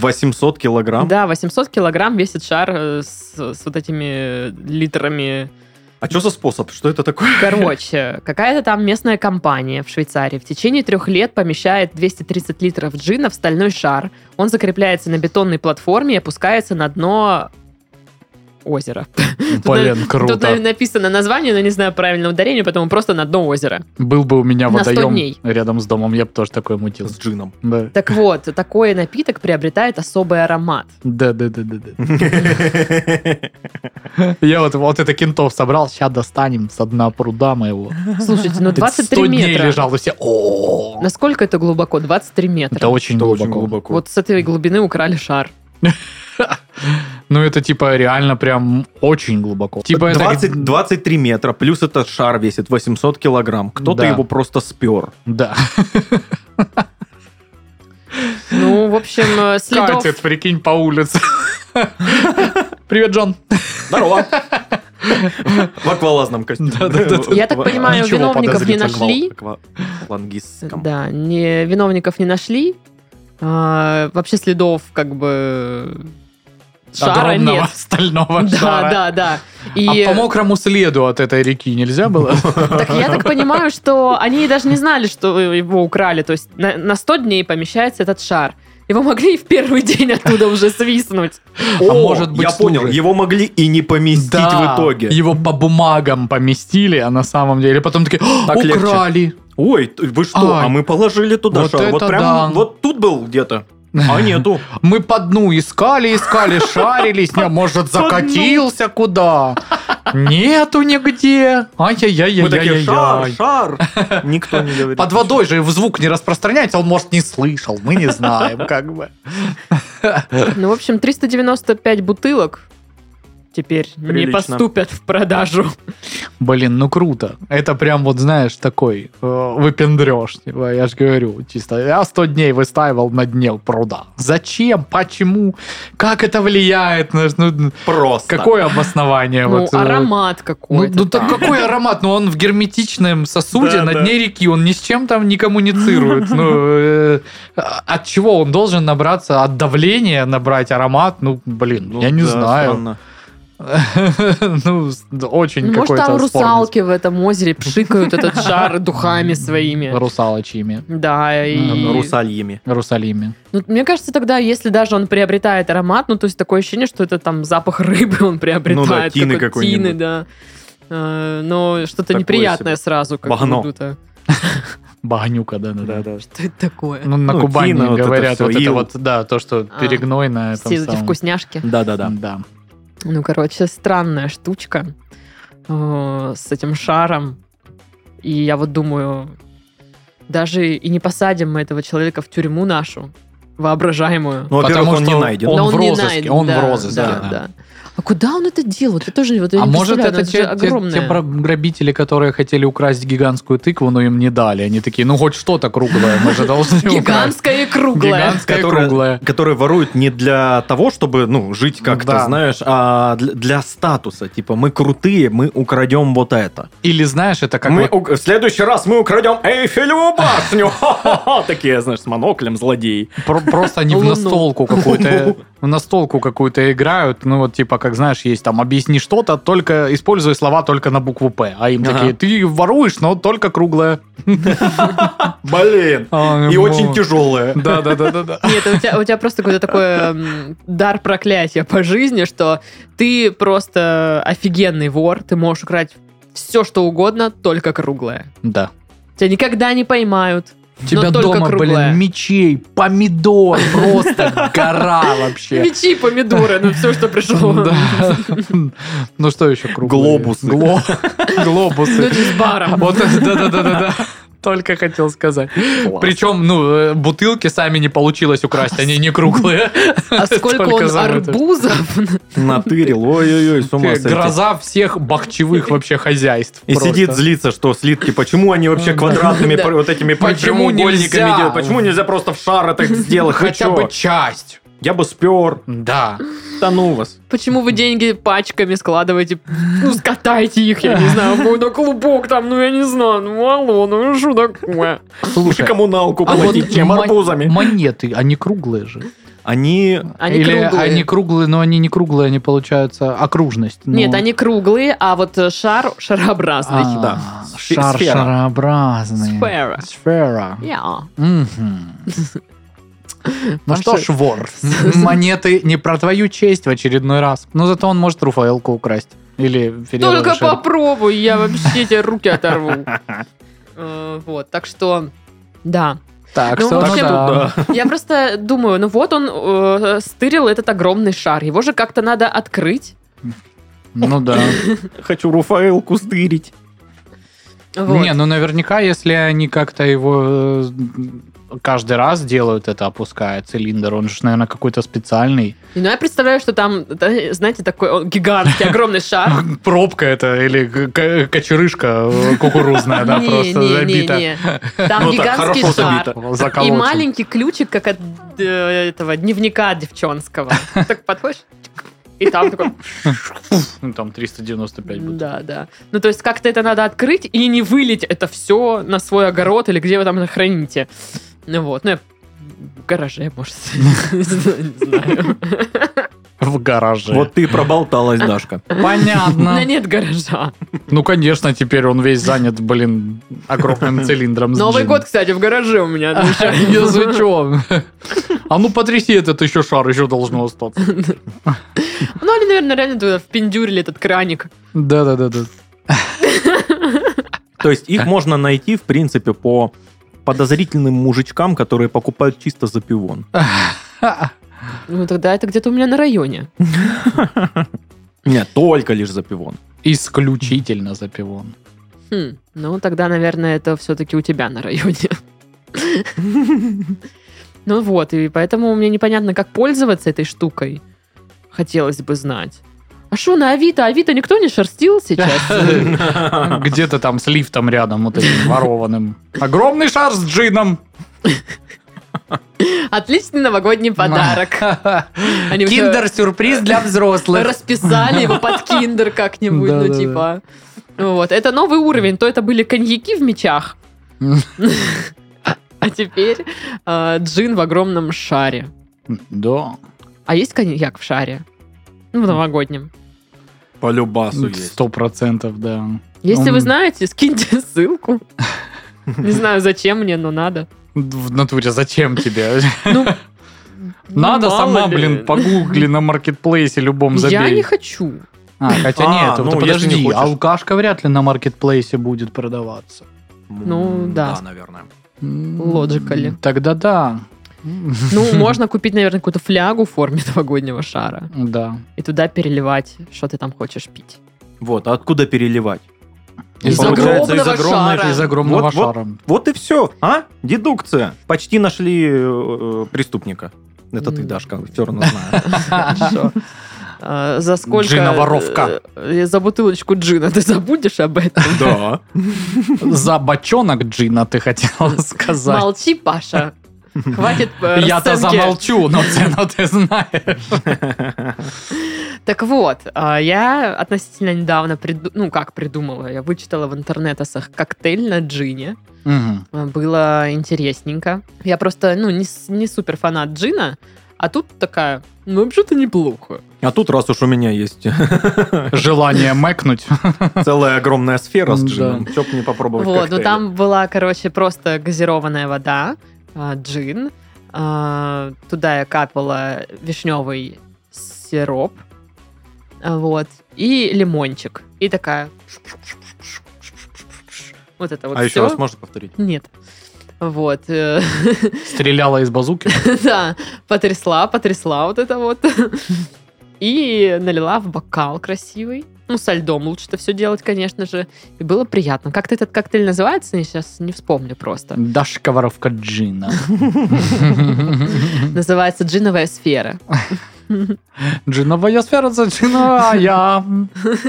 [SPEAKER 3] 800 килограмм.
[SPEAKER 1] Да, 800 килограмм весит шар э, с, с вот этими литрами.
[SPEAKER 3] А что за способ? Что это такое?
[SPEAKER 1] Короче, какая-то там местная компания в Швейцарии в течение трех лет помещает 230 литров джина в стальной шар. Он закрепляется на бетонной платформе и опускается на дно озера.
[SPEAKER 2] Блин,
[SPEAKER 1] Тут нав-
[SPEAKER 2] круто.
[SPEAKER 1] написано название, но не знаю правильное ударение, поэтому просто на дно озера.
[SPEAKER 2] Был бы у меня
[SPEAKER 1] на 100
[SPEAKER 2] водоем
[SPEAKER 1] дней.
[SPEAKER 2] рядом с домом, я бы тоже такое мутил.
[SPEAKER 3] С джином.
[SPEAKER 2] Да,
[SPEAKER 1] Так вот, такой напиток приобретает особый аромат.
[SPEAKER 2] да, да, да, да. да. Я вот, вот это кентов собрал, сейчас достанем со дна пруда моего.
[SPEAKER 1] Слушайте, ну
[SPEAKER 2] 100
[SPEAKER 1] 23
[SPEAKER 2] дней
[SPEAKER 1] метра.
[SPEAKER 2] лежал, и все, о
[SPEAKER 1] Насколько это глубоко? 23 метра.
[SPEAKER 2] Это очень
[SPEAKER 3] Это очень
[SPEAKER 2] глубоко.
[SPEAKER 3] глубоко.
[SPEAKER 1] Вот с этой глубины украли шар.
[SPEAKER 2] Ну, это типа реально прям очень глубоко. Типа это-
[SPEAKER 3] 20 23 метра, плюс этот шар весит 800 килограмм. Кто-то
[SPEAKER 2] Да.
[SPEAKER 3] его просто спер.
[SPEAKER 2] Да.
[SPEAKER 1] Ну, в общем, э, следов...
[SPEAKER 2] Катит, прикинь, по улице. Привет, Джон.
[SPEAKER 3] Здорово. В аквалазном костюме.
[SPEAKER 2] Да-да-да.
[SPEAKER 1] Я так понимаю,
[SPEAKER 2] Ничего
[SPEAKER 1] виновников не
[SPEAKER 2] подозрительного.
[SPEAKER 1] нашли.
[SPEAKER 3] Аквалангистском.
[SPEAKER 1] Да, не, виновников не нашли. А, вообще следов как бы шара
[SPEAKER 2] Огромного
[SPEAKER 1] нет.
[SPEAKER 2] стального
[SPEAKER 1] Да,
[SPEAKER 2] шара.
[SPEAKER 1] да, да. И э,
[SPEAKER 2] А по мокрому следу от этой реки нельзя было?
[SPEAKER 1] так я так понимаю, что они даже не знали, что его украли. То есть на, на 100 дней помещается этот шар. Его могли и в первый день оттуда уже свистнуть.
[SPEAKER 2] А
[SPEAKER 3] О,
[SPEAKER 2] может быть,
[SPEAKER 3] я понял,
[SPEAKER 2] служит.
[SPEAKER 3] его могли и не поместить
[SPEAKER 2] Да,
[SPEAKER 3] в итоге.
[SPEAKER 2] Его по бумагам поместили, а на самом деле потом такие, «О,
[SPEAKER 3] Так легче.
[SPEAKER 2] украли.
[SPEAKER 3] Ой, т- вы что,
[SPEAKER 2] Ай.
[SPEAKER 3] а мы положили туда
[SPEAKER 2] Вот
[SPEAKER 3] шар. Вот
[SPEAKER 2] это
[SPEAKER 3] прям
[SPEAKER 2] да.
[SPEAKER 3] вот тут был где-то. А нету.
[SPEAKER 2] Мы по дну искали, искали, шарились, не, может,
[SPEAKER 3] дну.
[SPEAKER 2] закатился куда? Нету нигде.
[SPEAKER 3] Мы такие, шар,
[SPEAKER 2] Ай-яй-яй-яй-яй.
[SPEAKER 3] шар. Никто не говорит.
[SPEAKER 2] Под водой же в звук не распространяется, он, может, не слышал, мы не знаем, как бы.
[SPEAKER 1] Ну, в общем, 395 бутылок теперь не
[SPEAKER 3] Прилично.
[SPEAKER 1] поступят в продажу.
[SPEAKER 2] Блин, ну круто. Это прям вот, знаешь, такой э, выпендреж. типа, Я же говорю, чисто, я 100 дней выстаивал на дне пруда. Зачем? Почему? Как это влияет? на- ну,
[SPEAKER 3] Просто.
[SPEAKER 2] какое обоснование?
[SPEAKER 1] Ну,
[SPEAKER 2] вот, э,
[SPEAKER 1] аромат
[SPEAKER 2] Ну,
[SPEAKER 1] какой-то.
[SPEAKER 2] ну так
[SPEAKER 1] там.
[SPEAKER 2] какой аромат? Ну, он в герметичном сосуде
[SPEAKER 3] Да,
[SPEAKER 2] на
[SPEAKER 3] да.
[SPEAKER 2] дне реки, он ни с чем там не коммуницирует. Ну, э, от чего он должен набраться? От давления набрать аромат? Ну, блин,
[SPEAKER 3] Ну
[SPEAKER 2] я не
[SPEAKER 3] да,
[SPEAKER 2] знаю.
[SPEAKER 3] странно.
[SPEAKER 2] Ну, с- да, очень
[SPEAKER 1] Может,
[SPEAKER 2] какой-то
[SPEAKER 1] там
[SPEAKER 2] спорный
[SPEAKER 1] русалки в этом озере пшикают этот жар духами
[SPEAKER 2] с-
[SPEAKER 1] своими.
[SPEAKER 2] Русалочьими.
[SPEAKER 1] Да, и...
[SPEAKER 3] ну,
[SPEAKER 2] Мгм,
[SPEAKER 3] Русальями.
[SPEAKER 2] Русалими.
[SPEAKER 1] Ну, мне кажется, тогда, если даже он приобретает аромат, ну, то есть такое ощущение, что это там запах рыбы он приобретает.
[SPEAKER 3] Ну да, тины
[SPEAKER 1] как от
[SPEAKER 3] какой-нибудь.
[SPEAKER 1] Тины, да. Э, Но что-то
[SPEAKER 3] Такое
[SPEAKER 1] неприятное сразу. Как
[SPEAKER 3] Багно.
[SPEAKER 1] будто.
[SPEAKER 2] Багнюка, да, да, да.
[SPEAKER 3] Да-да.
[SPEAKER 1] Что это такое?
[SPEAKER 2] Ну, на
[SPEAKER 3] Ну,
[SPEAKER 2] Кубани
[SPEAKER 3] тина, вот это
[SPEAKER 2] говорят,
[SPEAKER 3] всё,
[SPEAKER 2] вот это
[SPEAKER 3] ил.
[SPEAKER 2] вот, да, то, что
[SPEAKER 1] А,
[SPEAKER 2] перегной на этом
[SPEAKER 1] Все эти
[SPEAKER 2] самом.
[SPEAKER 1] вкусняшки.
[SPEAKER 3] Да-да-да.
[SPEAKER 2] Да.
[SPEAKER 1] Ну, короче, странная штучка э, с этим шаром. И я вот думаю, даже и не посадим мы этого человека в тюрьму нашу, воображаемую.
[SPEAKER 3] Ну, во-первых,
[SPEAKER 2] Потому
[SPEAKER 3] он не
[SPEAKER 2] что
[SPEAKER 3] найден.
[SPEAKER 2] он
[SPEAKER 1] Да
[SPEAKER 2] в
[SPEAKER 1] не
[SPEAKER 2] розыске,
[SPEAKER 1] найден,
[SPEAKER 2] он в
[SPEAKER 1] да,
[SPEAKER 2] розыске,
[SPEAKER 1] Да,
[SPEAKER 2] да.
[SPEAKER 1] да. А куда он это делал? Это тоже вот я
[SPEAKER 2] А
[SPEAKER 1] не
[SPEAKER 2] может,
[SPEAKER 1] представляю,
[SPEAKER 2] это
[SPEAKER 1] же
[SPEAKER 2] те, те-
[SPEAKER 1] огромное.
[SPEAKER 2] те про- грабители, которые хотели украсть гигантскую тыкву, но им не дали. Они такие, ну хоть что-то круглое, мы же должны украсть.
[SPEAKER 1] Гигантская и круглая.
[SPEAKER 2] Гигант- Такая круглая.
[SPEAKER 3] которые воруют не для того, чтобы, ну, жить как-то,
[SPEAKER 2] Да.
[SPEAKER 3] знаешь, а для, для статуса. Типа, мы крутые, мы украдем вот это.
[SPEAKER 2] Или знаешь, это как...
[SPEAKER 3] мы
[SPEAKER 2] вот-
[SPEAKER 3] уг- В следующий раз мы украдем Эйфелеву башню. Ха-ха-ха. Такие, знаешь, с моноклем злодеи.
[SPEAKER 2] Про- Просто они в
[SPEAKER 1] Луну.
[SPEAKER 2] настолку какую-то в настолку какую-то играют. Ну, вот типа, как знаешь, есть там объясни что-то, только используя слова только на букву П. А им
[SPEAKER 3] Ага.
[SPEAKER 2] такие, ты воруешь, но только круглое.
[SPEAKER 3] Блин. И очень тяжелые.
[SPEAKER 2] Да, да, да, да, да.
[SPEAKER 1] Нет, у тебя, у тебя просто какой-то такой эм, дар проклятия по жизни, что ты просто офигенный вор, ты можешь украть все, что угодно, только круглое.
[SPEAKER 2] Да.
[SPEAKER 1] Тебя никогда не поймают.
[SPEAKER 2] У тебя
[SPEAKER 1] только
[SPEAKER 2] дома,
[SPEAKER 1] круглая.
[SPEAKER 2] блин, мечей, помидор, просто гора вообще.
[SPEAKER 1] Мечи, помидоры, ну все, что пришло.
[SPEAKER 2] Да. Ну что еще круглые?
[SPEAKER 3] Глобусы.
[SPEAKER 2] Гло-
[SPEAKER 1] Ну,
[SPEAKER 2] Глобусы.
[SPEAKER 1] это с баром.
[SPEAKER 2] Вот, да-да-да-да-да. Только хотел сказать. Причем, ну, э, бутылки сами не получилось украсть, они не круглые.
[SPEAKER 1] А сколько
[SPEAKER 2] Только
[SPEAKER 1] он
[SPEAKER 2] заработаешь.
[SPEAKER 1] арбузов?
[SPEAKER 3] Натырил. Ой-ой-ой, с ума сойти.
[SPEAKER 2] Гроза всех бахчевых вообще хозяйств.
[SPEAKER 3] И
[SPEAKER 2] просто.
[SPEAKER 3] сидит, злится, что слитки, почему они вообще квадратными
[SPEAKER 1] Да.
[SPEAKER 3] пр- вот этими пр-
[SPEAKER 2] Почему
[SPEAKER 3] прямоугольниками
[SPEAKER 2] нельзя?
[SPEAKER 3] делают? Почему нельзя просто в шар это сделать? Вы
[SPEAKER 2] Хотя
[SPEAKER 3] чё?
[SPEAKER 2] бы часть.
[SPEAKER 3] Я бы спер,
[SPEAKER 2] Да.
[SPEAKER 3] тону ну вас.
[SPEAKER 1] Почему вы деньги пачками складываете? Ну, скатайте их, я не знаю, какой-то клубок там, ну, я не знаю, ну, алло, ну, что такое?
[SPEAKER 3] Лучше
[SPEAKER 2] Слушай,
[SPEAKER 3] коммуналку
[SPEAKER 2] а вот
[SPEAKER 3] платить, чем
[SPEAKER 2] мон-
[SPEAKER 3] арбузами.
[SPEAKER 2] монеты, они круглые же.
[SPEAKER 3] Они...
[SPEAKER 1] Они
[SPEAKER 2] Или
[SPEAKER 1] круглые.
[SPEAKER 2] они круглые, но они не круглые, они получаются окружность. но-
[SPEAKER 1] Нет, они круглые, а вот э, шар шарообразный.
[SPEAKER 2] А,
[SPEAKER 3] да.
[SPEAKER 2] Шар
[SPEAKER 3] Сфера.
[SPEAKER 2] шарообразный.
[SPEAKER 1] Сфера.
[SPEAKER 2] Сфера.
[SPEAKER 1] Я.
[SPEAKER 2] Мгм. Ну
[SPEAKER 1] Паша-
[SPEAKER 2] что ж, вор, монеты не про твою честь в очередной раз. Но зато он может Руфаэлку украсть. Или Филе
[SPEAKER 1] Только
[SPEAKER 2] Рошель.
[SPEAKER 1] попробуй, я вообще тебе руки оторву. Э, Вот, так что, да.
[SPEAKER 2] Так,
[SPEAKER 1] Ну,
[SPEAKER 2] что
[SPEAKER 1] в
[SPEAKER 2] ну
[SPEAKER 1] общем,
[SPEAKER 2] да.
[SPEAKER 1] Я просто думаю, ну вот он э, стырил этот огромный шар, его же как-то надо открыть.
[SPEAKER 2] Ну да.
[SPEAKER 3] Хочу Руфаэлку стырить.
[SPEAKER 1] Вот.
[SPEAKER 2] Не, ну наверняка, если они как-то его э, каждый раз делают это, опуская цилиндр, он же, наверное, какой-то специальный.
[SPEAKER 1] Ну, я представляю, что там, да, знаете, такой он гигантский, огромный шар.
[SPEAKER 2] Пробка это или к- кочерышка э, кукурузная, да,
[SPEAKER 1] Не,
[SPEAKER 2] просто
[SPEAKER 1] не, не,
[SPEAKER 2] забита.
[SPEAKER 1] не. Там
[SPEAKER 3] Ну, так,
[SPEAKER 1] гигантский
[SPEAKER 3] хорошо
[SPEAKER 1] шар.
[SPEAKER 3] забито.
[SPEAKER 1] И
[SPEAKER 2] Заколочен.
[SPEAKER 1] маленький ключик, как от э, этого дневника девчонского. Так подходишь, и там такой...
[SPEAKER 2] Ну, Там 395 будет.
[SPEAKER 1] Да, да. Ну, то есть как-то это надо открыть и не вылить это все на свой огород или где вы там это храните. Ну вот, ну, я в гараже, может, не знаю. не знаю.
[SPEAKER 2] В гараже.
[SPEAKER 3] Вот ты проболталась, Дашка.
[SPEAKER 1] Да
[SPEAKER 2] Понятно.
[SPEAKER 1] нет гаража.
[SPEAKER 2] Ну, конечно, теперь он весь занят, блин, огромным цилиндром. с
[SPEAKER 1] Новый
[SPEAKER 2] джин.
[SPEAKER 1] год, кстати, в гараже у меня. ну, щас.
[SPEAKER 2] Если чё. А ну потряси этот еще шар, еще должно остаться.
[SPEAKER 1] Ну, они, наверное, реально туда впендюрили этот краник.
[SPEAKER 2] Да-да-да.
[SPEAKER 3] То есть
[SPEAKER 2] А.
[SPEAKER 3] их можно найти, в принципе, по подозрительным мужичкам, которые покупают чисто за пивон.
[SPEAKER 2] А. да.
[SPEAKER 1] Ну, тогда это где-то у меня на районе.
[SPEAKER 3] Нет, только лишь за пивон.
[SPEAKER 2] Исключительно за пивон.
[SPEAKER 1] Хм, ну, тогда, наверное, это все-таки у тебя на районе. Ну вот, и поэтому мне непонятно, как пользоваться этой штукой. Хотелось бы знать. А что на Авито? Авито никто не шерстил сейчас?
[SPEAKER 2] Где-то там с лифтом рядом, вот этим ворованным. Огромный шар с джином.
[SPEAKER 1] Отличный новогодний подарок. Они уже
[SPEAKER 2] Киндер-сюрприз для взрослых.
[SPEAKER 1] расписали его под киндер как-нибудь, ну
[SPEAKER 2] Да-да-да.
[SPEAKER 1] типа. Вот, это новый уровень. То это были коньяки в мечах. А теперь э, джин в огромном шаре.
[SPEAKER 2] Да.
[SPEAKER 1] А есть коньяк в шаре? Ну, в новогоднем.
[SPEAKER 3] По любасу есть.
[SPEAKER 2] Сто процентов, да.
[SPEAKER 1] Если
[SPEAKER 2] Он-
[SPEAKER 1] вы знаете, скиньте ссылку. Не знаю, зачем мне, но надо.
[SPEAKER 2] В натуре зачем тебе?
[SPEAKER 1] Ну, мало
[SPEAKER 2] Надо сама,
[SPEAKER 1] ли.
[SPEAKER 2] блин, погугли на маркетплейсе любом забей.
[SPEAKER 1] Я не хочу.
[SPEAKER 2] А, хотя
[SPEAKER 3] А,
[SPEAKER 2] нет, вот
[SPEAKER 3] ну, если не
[SPEAKER 2] подожди,
[SPEAKER 3] хочешь.
[SPEAKER 2] алкашка вряд ли на маркетплейсе будет продаваться.
[SPEAKER 1] Ну,
[SPEAKER 3] М,
[SPEAKER 1] да.
[SPEAKER 3] Да, наверное.
[SPEAKER 2] М,
[SPEAKER 1] Logically.
[SPEAKER 2] Тогда да.
[SPEAKER 1] Ну, можно купить, наверное, какую-то флягу в форме новогоднего шара
[SPEAKER 2] Да.
[SPEAKER 1] и туда переливать, что ты там хочешь пить.
[SPEAKER 3] Вот, а откуда переливать?
[SPEAKER 1] Из
[SPEAKER 3] Получается,
[SPEAKER 1] огромного шара.
[SPEAKER 2] Из огромного
[SPEAKER 3] Вот, вот.
[SPEAKER 2] шара.
[SPEAKER 3] Вот и все, а? Дедукция. Почти нашли э, преступника. Это ты,
[SPEAKER 1] М.
[SPEAKER 3] Дашка, все равно знаешь.
[SPEAKER 1] Хорошо. А, За сколько...
[SPEAKER 2] Джина-воровка.
[SPEAKER 1] э, За бутылочку джина ты забудешь об этом?
[SPEAKER 3] Да.
[SPEAKER 2] За бочонок джина ты хотела
[SPEAKER 1] Э,
[SPEAKER 2] сказать.
[SPEAKER 1] Молчи, Паша. Хватит э,
[SPEAKER 2] Я-то
[SPEAKER 1] расценки.
[SPEAKER 2] замолчу, но цену ты знаешь.
[SPEAKER 1] Так вот, а, я относительно недавно, приду- ну как придумала, я вычитала в интернетах коктейль на джине.
[SPEAKER 2] Мгм.
[SPEAKER 1] А, Было интересненько. Я просто, ну, не, с- не супер фанат джина, а тут такая, ну, вообще-то неплохо.
[SPEAKER 3] А тут, раз уж у меня есть
[SPEAKER 2] Желание мэкнуть.
[SPEAKER 3] целая огромная сфера с
[SPEAKER 2] Да.
[SPEAKER 3] джином, чё б не попробовать
[SPEAKER 1] вот, ну
[SPEAKER 3] коктейли?
[SPEAKER 1] там была, короче, просто газированная вода, а, джин. а, туда я капала вишневый сироп. а, вот. И лимончик. И такая... Вот это вот
[SPEAKER 3] А еще
[SPEAKER 1] всё.
[SPEAKER 3] раз можно повторить?
[SPEAKER 1] Нет. Вот. э,
[SPEAKER 2] Стреляла из базуки.
[SPEAKER 1] Да, потрясла, потрясла вот это вот. И налила в бокал красивый. Ну, со льдом лучше это все делать, конечно же. И было приятно. Как-то этот коктейль называется, я сейчас не вспомню просто.
[SPEAKER 2] Дашка воровка джина.
[SPEAKER 1] Называется «Джиновая сфера».
[SPEAKER 2] Джиновая сфера за джиновая
[SPEAKER 1] Э,
[SPEAKER 3] А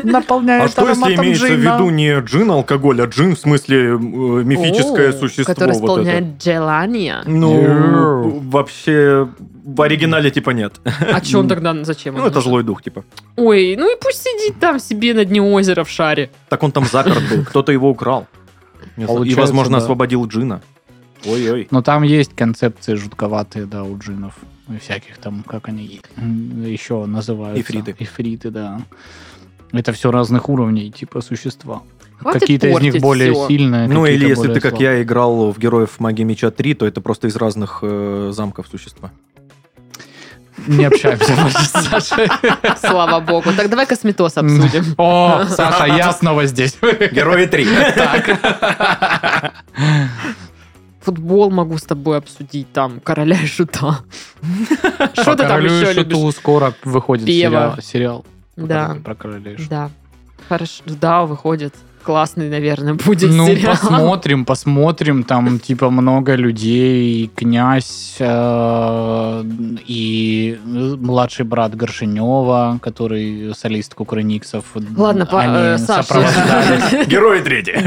[SPEAKER 2] наполняет
[SPEAKER 3] что, если
[SPEAKER 2] ароматом
[SPEAKER 3] имеется в
[SPEAKER 2] джина.
[SPEAKER 3] виду не джин, алкоголь, а джин в смысле э, мифическое
[SPEAKER 1] О,
[SPEAKER 3] существо?
[SPEAKER 1] Которое
[SPEAKER 3] вот это?
[SPEAKER 1] исполняет желание.
[SPEAKER 3] Ну, вообще, в оригинале типа нет.
[SPEAKER 1] А что он тогда, зачем? он
[SPEAKER 3] Ну, это
[SPEAKER 1] нужен?
[SPEAKER 3] злой дух, типа.
[SPEAKER 1] Ой, ну и пусть сидит там себе на дне озера в шаре.
[SPEAKER 3] Так он там заперт был, кто-то его украл. И,
[SPEAKER 2] Получается,
[SPEAKER 3] возможно,
[SPEAKER 2] да.
[SPEAKER 3] освободил Джина. Ой-ой.
[SPEAKER 2] Но там есть концепции жутковатые, да, у джинов. И всяких там, как они м, еще называются.
[SPEAKER 3] Ифриты.
[SPEAKER 2] Ифриты, да. Это все разных уровней, типа существа.
[SPEAKER 1] Хватит
[SPEAKER 2] какие-то из них
[SPEAKER 1] портить
[SPEAKER 2] более
[SPEAKER 1] всё.
[SPEAKER 2] сильные.
[SPEAKER 3] Ну,
[SPEAKER 2] какие-то
[SPEAKER 3] или если
[SPEAKER 2] более
[SPEAKER 3] ты, как
[SPEAKER 2] слабые.
[SPEAKER 3] я, играл в Героев Магии Меча 3, то это просто из разных э, замков существа.
[SPEAKER 2] Не общаемся больше с Сашей.
[SPEAKER 1] Слава богу. Так давай косметос обсудим.
[SPEAKER 2] О, Саша, я снова здесь.
[SPEAKER 3] Герои 3.
[SPEAKER 1] Футбол могу с тобой обсудить, там, короля и шута. Что ты там
[SPEAKER 2] Королю и
[SPEAKER 1] еще
[SPEAKER 2] Шуту
[SPEAKER 1] любишь?
[SPEAKER 2] скоро выходит
[SPEAKER 1] Пиво.
[SPEAKER 2] сериал- сериал.
[SPEAKER 1] Да,
[SPEAKER 2] Про короля и Шуту.
[SPEAKER 1] да. Хорошо, да, выходит. Классный, наверное, будет
[SPEAKER 2] Ну,
[SPEAKER 1] сериал.
[SPEAKER 2] посмотрим, посмотрим. Там, типа, много людей, и князь, э, и младший брат Горшинева, который солист Кукрыниксов.
[SPEAKER 1] Ладно, по-
[SPEAKER 2] Они
[SPEAKER 1] э, Саш,
[SPEAKER 2] сопровождали.
[SPEAKER 3] Герои 3.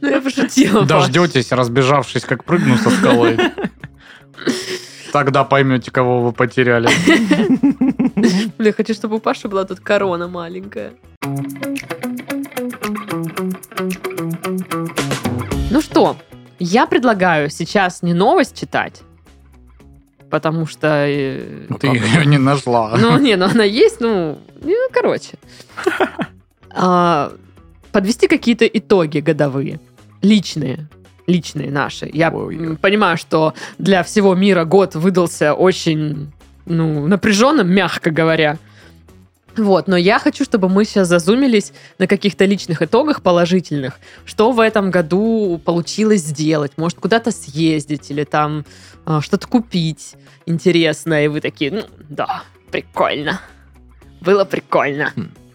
[SPEAKER 1] ну я пошутила. Паш.
[SPEAKER 2] Дождетесь, разбежавшись, как прыгну со скалы. Тогда поймете, кого вы потеряли.
[SPEAKER 1] Блин, Ну, хочу, чтобы у Паши была тут корона маленькая. Ну что, я предлагаю сейчас не новость читать, потому что... э,
[SPEAKER 2] Ты ее не нашла.
[SPEAKER 1] Ну, не, ну она есть, ну, ну, короче. А, подвести какие-то итоги годовые, личные, личные наши. Я
[SPEAKER 3] Ой-ой.
[SPEAKER 1] м, понимаю, что для всего мира год выдался очень, ну, напряженным, мягко говоря. Вот, но я хочу, чтобы мы сейчас зазумились на каких-то личных итогах положительных. Что в этом году получилось сделать? Может, куда-то съездить или там а, что-то купить интересное? И вы такие, ну, да, прикольно. Было прикольно.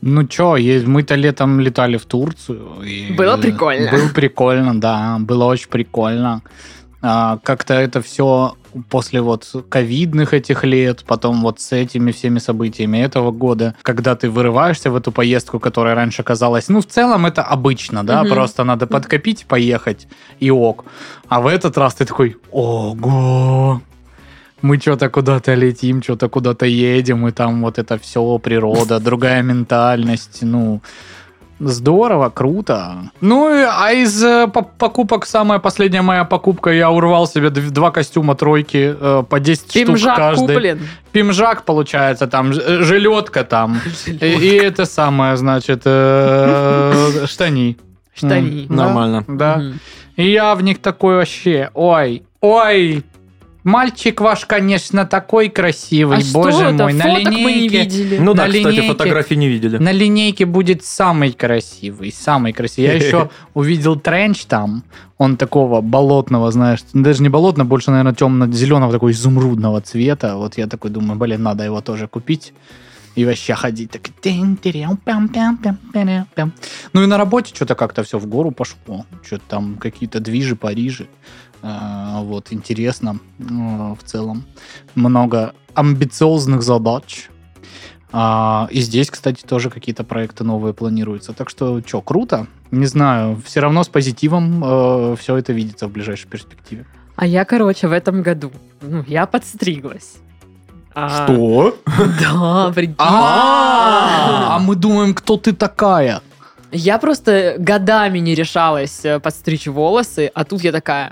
[SPEAKER 2] Ну чё, е- мы-то летом летали в Турцию. и-
[SPEAKER 1] Было прикольно.
[SPEAKER 2] Было прикольно, да, было очень прикольно. А, как-то это все после вот ковидных этих лет, потом вот с этими всеми событиями этого года, когда ты вырываешься в эту поездку, которая раньше казалась, ну, в целом это обычно, да,
[SPEAKER 1] Мгм.
[SPEAKER 2] просто надо подкопить, и поехать, и ок. А в этот раз ты такой, ого, мы что-то куда-то летим, что-то куда-то едем, и там вот это все, природа, другая ментальность, ну, Здорово, круто. Ну, и- а из э, по- покупок, самая последняя моя покупка, я урвал себе дв- два костюма тройки э, по 10 штук
[SPEAKER 1] Пимжак
[SPEAKER 2] каждый.
[SPEAKER 1] куплен.
[SPEAKER 2] Пимжак, получается, там, ж- э, жилетка там. И, и это самое, значит, э, штани.
[SPEAKER 1] Штани.
[SPEAKER 2] М, да,
[SPEAKER 3] Нормально.
[SPEAKER 2] Да.
[SPEAKER 1] Мгм.
[SPEAKER 2] И я в них такой вообще, ой, ой, мальчик ваш, конечно, такой красивый,
[SPEAKER 1] А что
[SPEAKER 2] боже
[SPEAKER 1] это?
[SPEAKER 2] мой, на
[SPEAKER 1] Фоток мы не
[SPEAKER 2] линейке,
[SPEAKER 1] видели.
[SPEAKER 3] Ну да,
[SPEAKER 2] На
[SPEAKER 3] кстати,
[SPEAKER 2] линейке.
[SPEAKER 3] фотографии не видели.
[SPEAKER 2] на линейке будет самый красивый, самый красивый. Я еще увидел тренч там, он такого болотного, знаешь, даже не болотного, больше, наверное, темно-зеленого, такой изумрудного цвета. Вот я такой думаю, блин, надо его тоже купить. И вообще ходить так. тин, тиряу, пям, пям, пям, пиряу, пям. Ну и на работе что-то как-то все в гору пошло. Что-то там какие-то движи, Парижи. А, Вот, интересно а, в целом. Много амбициозных задач. А, И здесь, кстати, тоже какие-то проекты новые планируются. Так что, что, круто? Не знаю, все равно с позитивом все это видится в ближайшей перспективе.
[SPEAKER 1] А я, короче, в этом году, ну, я подстриглась. А,
[SPEAKER 3] Что?
[SPEAKER 1] Да, прикинь.
[SPEAKER 2] А мы думаем, кто ты такая?
[SPEAKER 1] Я просто годами не решалась э, подстричь волосы, а тут я такая,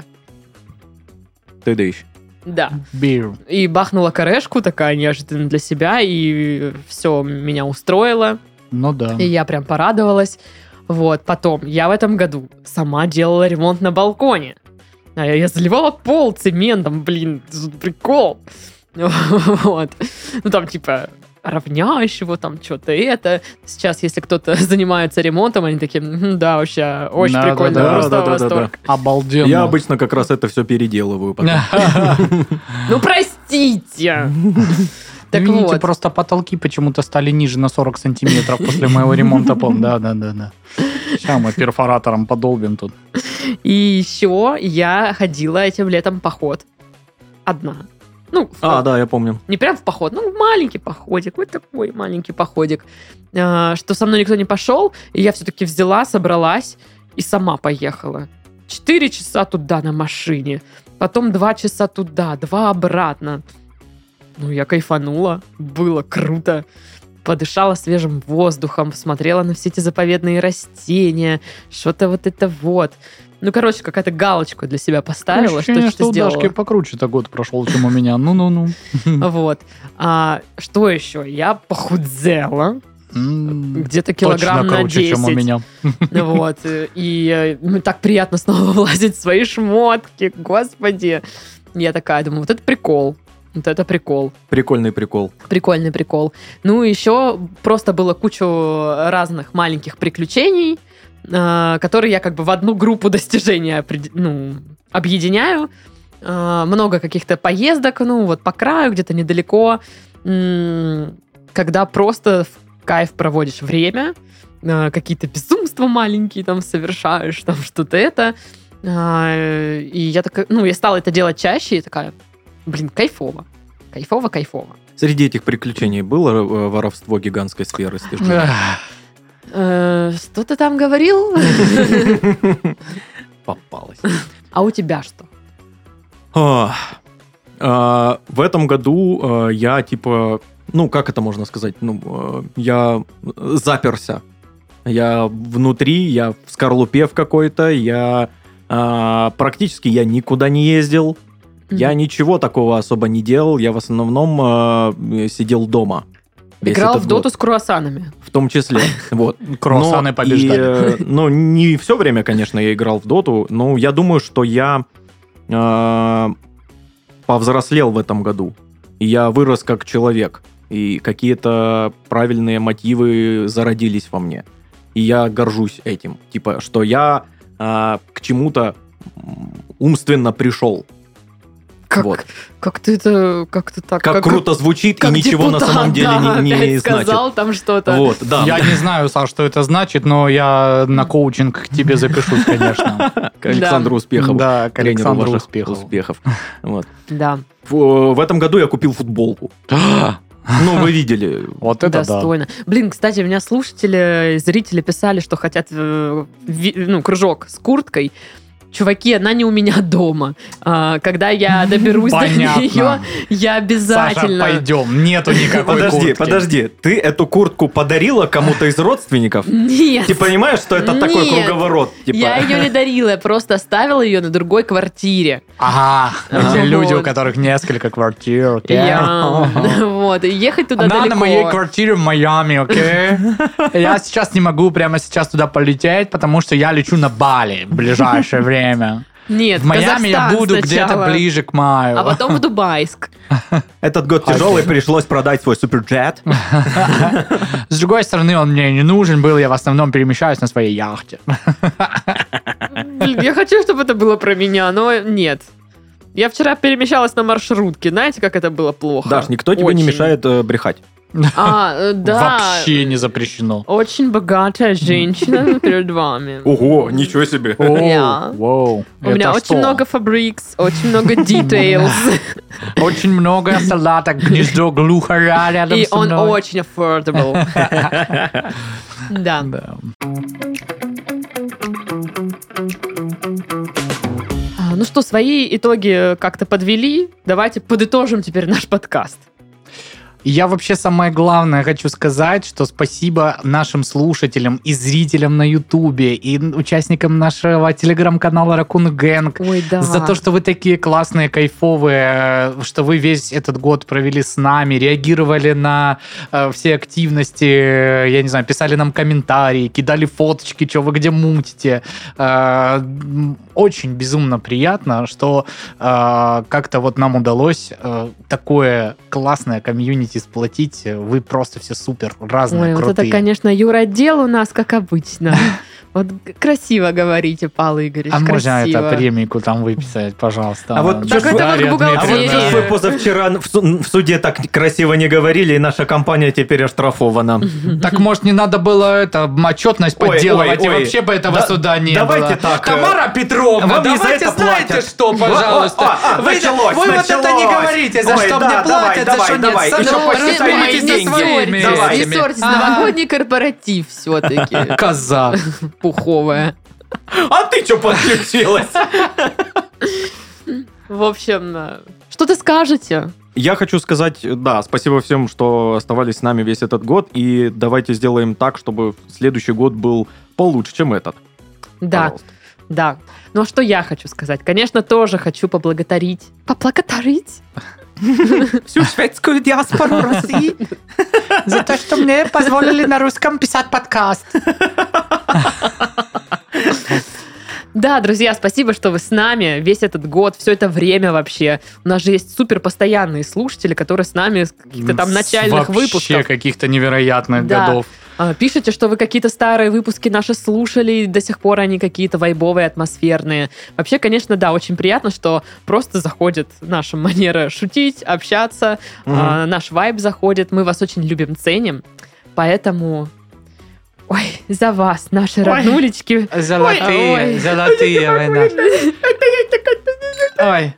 [SPEAKER 3] Ты да ищ.
[SPEAKER 1] да.
[SPEAKER 2] Бир.
[SPEAKER 1] И бахнула корешку такая неожиданно для себя, и все меня устроило,
[SPEAKER 2] Ну да.
[SPEAKER 1] и я прям порадовалась. Вот, потом, я в этом году сама делала ремонт на балконе. А Я я заливала пол цементом, блин, тут прикол. Вот. Ну, там, типа, равняешь его, там, что-то это. Сейчас, если кто-то занимается ремонтом, они такие, «Мгм, да, вообще, очень
[SPEAKER 2] Да, да,
[SPEAKER 1] прикольно,
[SPEAKER 2] да,
[SPEAKER 1] просто
[SPEAKER 3] да, да, да,
[SPEAKER 1] восторг».
[SPEAKER 2] Обалденно.
[SPEAKER 3] Я обычно как раз это все переделываю потом.
[SPEAKER 1] Ну, простите! Так
[SPEAKER 2] Видите,
[SPEAKER 1] вот,
[SPEAKER 2] просто потолки почему-то стали ниже на 40 сантиметров после моего ремонта пол. Да, да, да, да. Сейчас мы перфоратором подолбим тут.
[SPEAKER 1] и еще я ходила этим летом в поход. Одна. Ну, в-
[SPEAKER 3] А, да, я помню.
[SPEAKER 1] не прям в поход, ну, маленький походик, вот такой маленький походик. А, Что со мной никто не пошел, и я все-таки взяла, собралась и сама поехала. Четыре часа туда на машине, потом два часа туда, два обратно. Ну, я кайфанула, было круто. Подышала свежим воздухом, посмотрела на все эти заповедные растения, что-то вот это вот. Ну, короче, какая-то галочку для себя поставила, что
[SPEAKER 2] Ощущение,
[SPEAKER 1] что
[SPEAKER 2] у
[SPEAKER 1] сделала.
[SPEAKER 2] Дашки покруче-то год прошел, чем у меня. Ну-ну-ну.
[SPEAKER 1] Вот. А что еще? Я похудела.
[SPEAKER 2] М,
[SPEAKER 1] Где-то
[SPEAKER 2] Точно
[SPEAKER 1] килограмм на
[SPEAKER 2] круче,
[SPEAKER 1] 10.
[SPEAKER 2] чем у меня.
[SPEAKER 1] Вот. э, И э, ну, так приятно снова влазить в свои шмотки. Господи. Я такая думаю, вот это прикол. Вот это прикол.
[SPEAKER 3] Прикольный прикол.
[SPEAKER 1] Прикольный прикол. Ну, еще просто было кучу разных маленьких приключений, э, которые я как бы в одну группу достижения опред- ну, объединяю. Э, Много каких-то поездок, ну, вот по краю, где-то недалеко, М, когда просто в кайф проводишь время, э, какие-то безумства маленькие там совершаешь, там что-то это. Э, И я такая, ну, я стала это делать чаще и такая, блин, кайфово, кайфово, кайфово.
[SPEAKER 3] Среди этих приключений было э, воровство гигантской сферы? скажи?
[SPEAKER 2] Эх,
[SPEAKER 1] Э, Что ты там говорил?
[SPEAKER 3] Попалось.
[SPEAKER 1] А у тебя что?
[SPEAKER 3] А, а, В этом году а, я типа, ну как это можно сказать, ну а, я заперся. Я внутри, я в скорлупе в какой-то, я а, практически я никуда не ездил, я ничего такого особо не делал, я в основном а, сидел дома. весь
[SPEAKER 1] Играл
[SPEAKER 3] этот
[SPEAKER 1] в доту
[SPEAKER 3] год.
[SPEAKER 1] с круассанами.
[SPEAKER 3] В том числе, вот.
[SPEAKER 2] Круассаны
[SPEAKER 3] Но
[SPEAKER 2] побеждали.
[SPEAKER 3] и, э, ну, не все время, конечно, я играл в доту, но я думаю, что я э, повзрослел в этом году. И я вырос как человек. И какие-то правильные мотивы зародились во мне. И я горжусь этим. Типа, что я э, к чему-то м, умственно пришел.
[SPEAKER 1] Как,
[SPEAKER 3] Вот.
[SPEAKER 1] как ты это, как ты так?
[SPEAKER 3] Как, круто звучит,
[SPEAKER 1] как
[SPEAKER 3] и ничего на
[SPEAKER 1] депутат,
[SPEAKER 3] самом деле
[SPEAKER 1] да,
[SPEAKER 3] не, не
[SPEAKER 1] опять
[SPEAKER 3] значит.
[SPEAKER 1] сказал там что-то.
[SPEAKER 3] Вот, да.
[SPEAKER 2] Я не знаю, Саш, что это значит, но я на коучинг к тебе запишусь, конечно.
[SPEAKER 3] К Александру Успехову.
[SPEAKER 2] Да, к
[SPEAKER 3] тренеру
[SPEAKER 2] Александру
[SPEAKER 3] ваших
[SPEAKER 2] Успехову.
[SPEAKER 3] успехов. Вот.
[SPEAKER 1] Да,
[SPEAKER 3] В в этом году я купил футболку. Ну, вы видели.
[SPEAKER 2] Вот это да.
[SPEAKER 1] достойно. Блин, кстати, у меня слушатели, зрители писали, что хотят э, ви- ну, кружок с курткой. чуваки, она не у меня дома. А, когда я доберусь до нее,
[SPEAKER 2] Понятно.
[SPEAKER 1] я
[SPEAKER 2] Саша,
[SPEAKER 1] обязательно...
[SPEAKER 2] пойдем. Нету никакой
[SPEAKER 3] Подожди,
[SPEAKER 2] куртки.
[SPEAKER 3] подожди, ты эту куртку подарила кому-то из родственников?
[SPEAKER 1] Нет.
[SPEAKER 3] Ты понимаешь, что это такой
[SPEAKER 1] Нет.
[SPEAKER 3] круговорот? Типа,
[SPEAKER 1] Я ее не дарила, я просто оставила ее на другой квартире.
[SPEAKER 2] Ага,
[SPEAKER 1] Ага.
[SPEAKER 2] эти люди, у
[SPEAKER 1] Ну Вот.
[SPEAKER 2] которых несколько квартир. окей?
[SPEAKER 1] Я- Вот, и ехать туда
[SPEAKER 2] Она на
[SPEAKER 1] далеко.
[SPEAKER 2] моей квартире в Майами, окей? Я сейчас не могу прямо сейчас туда полететь, потому что я лечу на Бали в ближайшее время.
[SPEAKER 1] Нет,
[SPEAKER 2] В Майами я
[SPEAKER 1] Казахстан
[SPEAKER 2] буду где-то
[SPEAKER 1] сначала,
[SPEAKER 2] ближе к маю.
[SPEAKER 1] А потом в Дубайск.
[SPEAKER 3] Этот год тяжелый, пришлось продать свой суперджет.
[SPEAKER 2] С другой стороны, он мне не нужен был, я в основном перемещаюсь на своей яхте.
[SPEAKER 1] Блин, я хочу, чтобы это было про меня, но нет. Я вчера перемещалась на маршрутке. Знаете, как это было плохо?
[SPEAKER 3] Даш, никто тебе не
[SPEAKER 1] Очень.
[SPEAKER 3] мешает э, брехать.
[SPEAKER 1] А, э, да.
[SPEAKER 2] Вообще не запрещено.
[SPEAKER 1] Очень богатая женщина перед вами.
[SPEAKER 3] Ого, ничего себе.
[SPEAKER 1] Я.
[SPEAKER 2] Оу, Воу,
[SPEAKER 1] У меня
[SPEAKER 2] это
[SPEAKER 1] очень
[SPEAKER 2] что?
[SPEAKER 1] много фабрикс, очень много details.
[SPEAKER 2] Очень много салаток, гнездо глухаря рядом
[SPEAKER 1] И
[SPEAKER 2] со
[SPEAKER 1] он
[SPEAKER 2] мной.
[SPEAKER 1] очень affordable. Да.
[SPEAKER 2] Да.
[SPEAKER 1] А, Ну что, свои итоги как-то подвели. Давайте подытожим теперь наш подкаст.
[SPEAKER 2] И Я вообще самое главное хочу сказать, что спасибо нашим слушателям и зрителям на Ютубе, и участникам нашего телеграм-канала Ракун Гэнг,
[SPEAKER 1] Ой, да.
[SPEAKER 2] За то, что вы такие классные, кайфовые, э, что вы весь этот год провели с нами, реагировали на э, все активности, э, я не знаю, писали нам комментарии, кидали фоточки, что вы где мутите. Э, м, Очень безумно приятно, что э, как-то вот нам удалось э, такое классное комьюнити сплотить. Вы просто все супер,
[SPEAKER 1] Ой,
[SPEAKER 2] разные,
[SPEAKER 1] вот это,
[SPEAKER 2] крутые.
[SPEAKER 1] конечно, Юра дел у нас, как обычно. Вот г- красиво говорите, Павел Игоревич,
[SPEAKER 2] а можно
[SPEAKER 1] красиво.
[SPEAKER 2] это премику там выписать, пожалуйста?
[SPEAKER 3] А вот
[SPEAKER 1] чё ж вы-
[SPEAKER 2] Дарья
[SPEAKER 1] Так это вот
[SPEAKER 3] А вот
[SPEAKER 2] Дмитриевна.
[SPEAKER 1] бухгалтерия.
[SPEAKER 3] чё ж вы позавчера в су- в суде так красиво не говорили, и наша компания теперь оштрафована.
[SPEAKER 2] Так, может, не надо было это отчетность
[SPEAKER 3] Ой,
[SPEAKER 2] подделывать,
[SPEAKER 3] ой,
[SPEAKER 2] и
[SPEAKER 3] ой.
[SPEAKER 2] вообще бы этого
[SPEAKER 3] Да-
[SPEAKER 2] суда не
[SPEAKER 3] давайте
[SPEAKER 2] было.
[SPEAKER 3] так, э,
[SPEAKER 2] Тамара Петровна,
[SPEAKER 3] вам не за
[SPEAKER 2] давайте
[SPEAKER 3] это
[SPEAKER 2] знаете
[SPEAKER 3] платят.
[SPEAKER 2] что, пожалуйста.
[SPEAKER 3] О, о, о,
[SPEAKER 2] вы
[SPEAKER 3] началось,
[SPEAKER 2] вы вот это не
[SPEAKER 3] началось.
[SPEAKER 2] говорите, за
[SPEAKER 3] Ой,
[SPEAKER 2] что
[SPEAKER 3] да,
[SPEAKER 2] мне
[SPEAKER 3] давай,
[SPEAKER 2] платят, за
[SPEAKER 3] давай,
[SPEAKER 2] что
[SPEAKER 3] давай.
[SPEAKER 2] нет.
[SPEAKER 3] Ещё
[SPEAKER 2] Сами
[SPEAKER 1] Ну,
[SPEAKER 3] посчитай
[SPEAKER 1] разберитесь,
[SPEAKER 3] мои
[SPEAKER 1] не
[SPEAKER 3] деньги.
[SPEAKER 1] ссорьтесь,
[SPEAKER 3] Давай.
[SPEAKER 1] Не ссорьтесь,
[SPEAKER 2] Ага.
[SPEAKER 1] новогодний корпоратив все-таки,
[SPEAKER 2] Коза.
[SPEAKER 1] пуховая.
[SPEAKER 3] А ты что подключилась?
[SPEAKER 1] В общем, э, что ты скажете?
[SPEAKER 3] Я хочу сказать, да, спасибо всем, что оставались с нами весь этот год, и давайте сделаем так, чтобы следующий год был получше, чем этот.
[SPEAKER 1] Да,
[SPEAKER 3] Пожалуйста.
[SPEAKER 1] да. Ну, а что я хочу сказать? Конечно, тоже хочу поблагодарить. Поблагодарить?
[SPEAKER 4] Всю шведскую диаспору России. За то, что мне позволили на русском писать подкаст.
[SPEAKER 1] Да, друзья, спасибо, что вы с нами весь этот год, все это время вообще. У нас же есть супер постоянные слушатели, которые с нами с каких-то там начальных
[SPEAKER 2] Вообще
[SPEAKER 1] выпусков.
[SPEAKER 2] каких-то невероятных
[SPEAKER 1] Да.
[SPEAKER 2] годов.
[SPEAKER 1] А, Пишите, что вы какие-то старые выпуски наши слушали, и до сих пор они какие-то вайбовые, атмосферные. Вообще, конечно, да, очень приятно, что просто заходит наша манера шутить, общаться,
[SPEAKER 3] Мгм.
[SPEAKER 1] а, наш вайб заходит. Мы вас очень любим, ценим. Поэтому... Ой, за вас, наши роднулечки. Ой,
[SPEAKER 4] Золотые,
[SPEAKER 1] ой.
[SPEAKER 4] золотые война. Ой.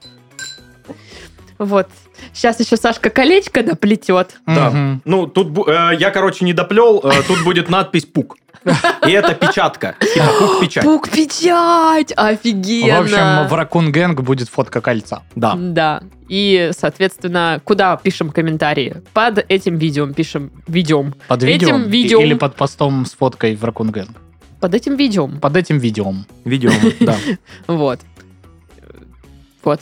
[SPEAKER 1] Вот. Сейчас еще Сашка колечко доплетет.
[SPEAKER 3] Да.
[SPEAKER 2] Мгм.
[SPEAKER 3] Ну, тут бу- э, я, короче, не доплел, э, тут будет надпись «Пук». И это печатка. Типа «Пук-печать».
[SPEAKER 1] Пук печать! Офигенно!
[SPEAKER 2] В общем, в Ракун Гэнг будет фотка кольца.
[SPEAKER 3] Да.
[SPEAKER 1] Да. И, соответственно, куда пишем комментарии? Под этим видео пишем. Видео.
[SPEAKER 2] Под
[SPEAKER 1] Этим
[SPEAKER 2] видео.
[SPEAKER 1] видео.
[SPEAKER 2] Или под постом с фоткой в Ракун Гэнг.
[SPEAKER 1] Под этим видео.
[SPEAKER 2] Под этим видео.
[SPEAKER 3] Видео, да.
[SPEAKER 1] Вот. Вот.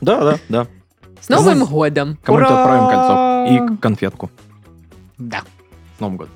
[SPEAKER 3] Да, да, да.
[SPEAKER 1] С Новым годом!
[SPEAKER 3] Кому-то
[SPEAKER 2] Ура!
[SPEAKER 3] отправим кольцо и конфетку.
[SPEAKER 2] Да.
[SPEAKER 3] С Новым годом.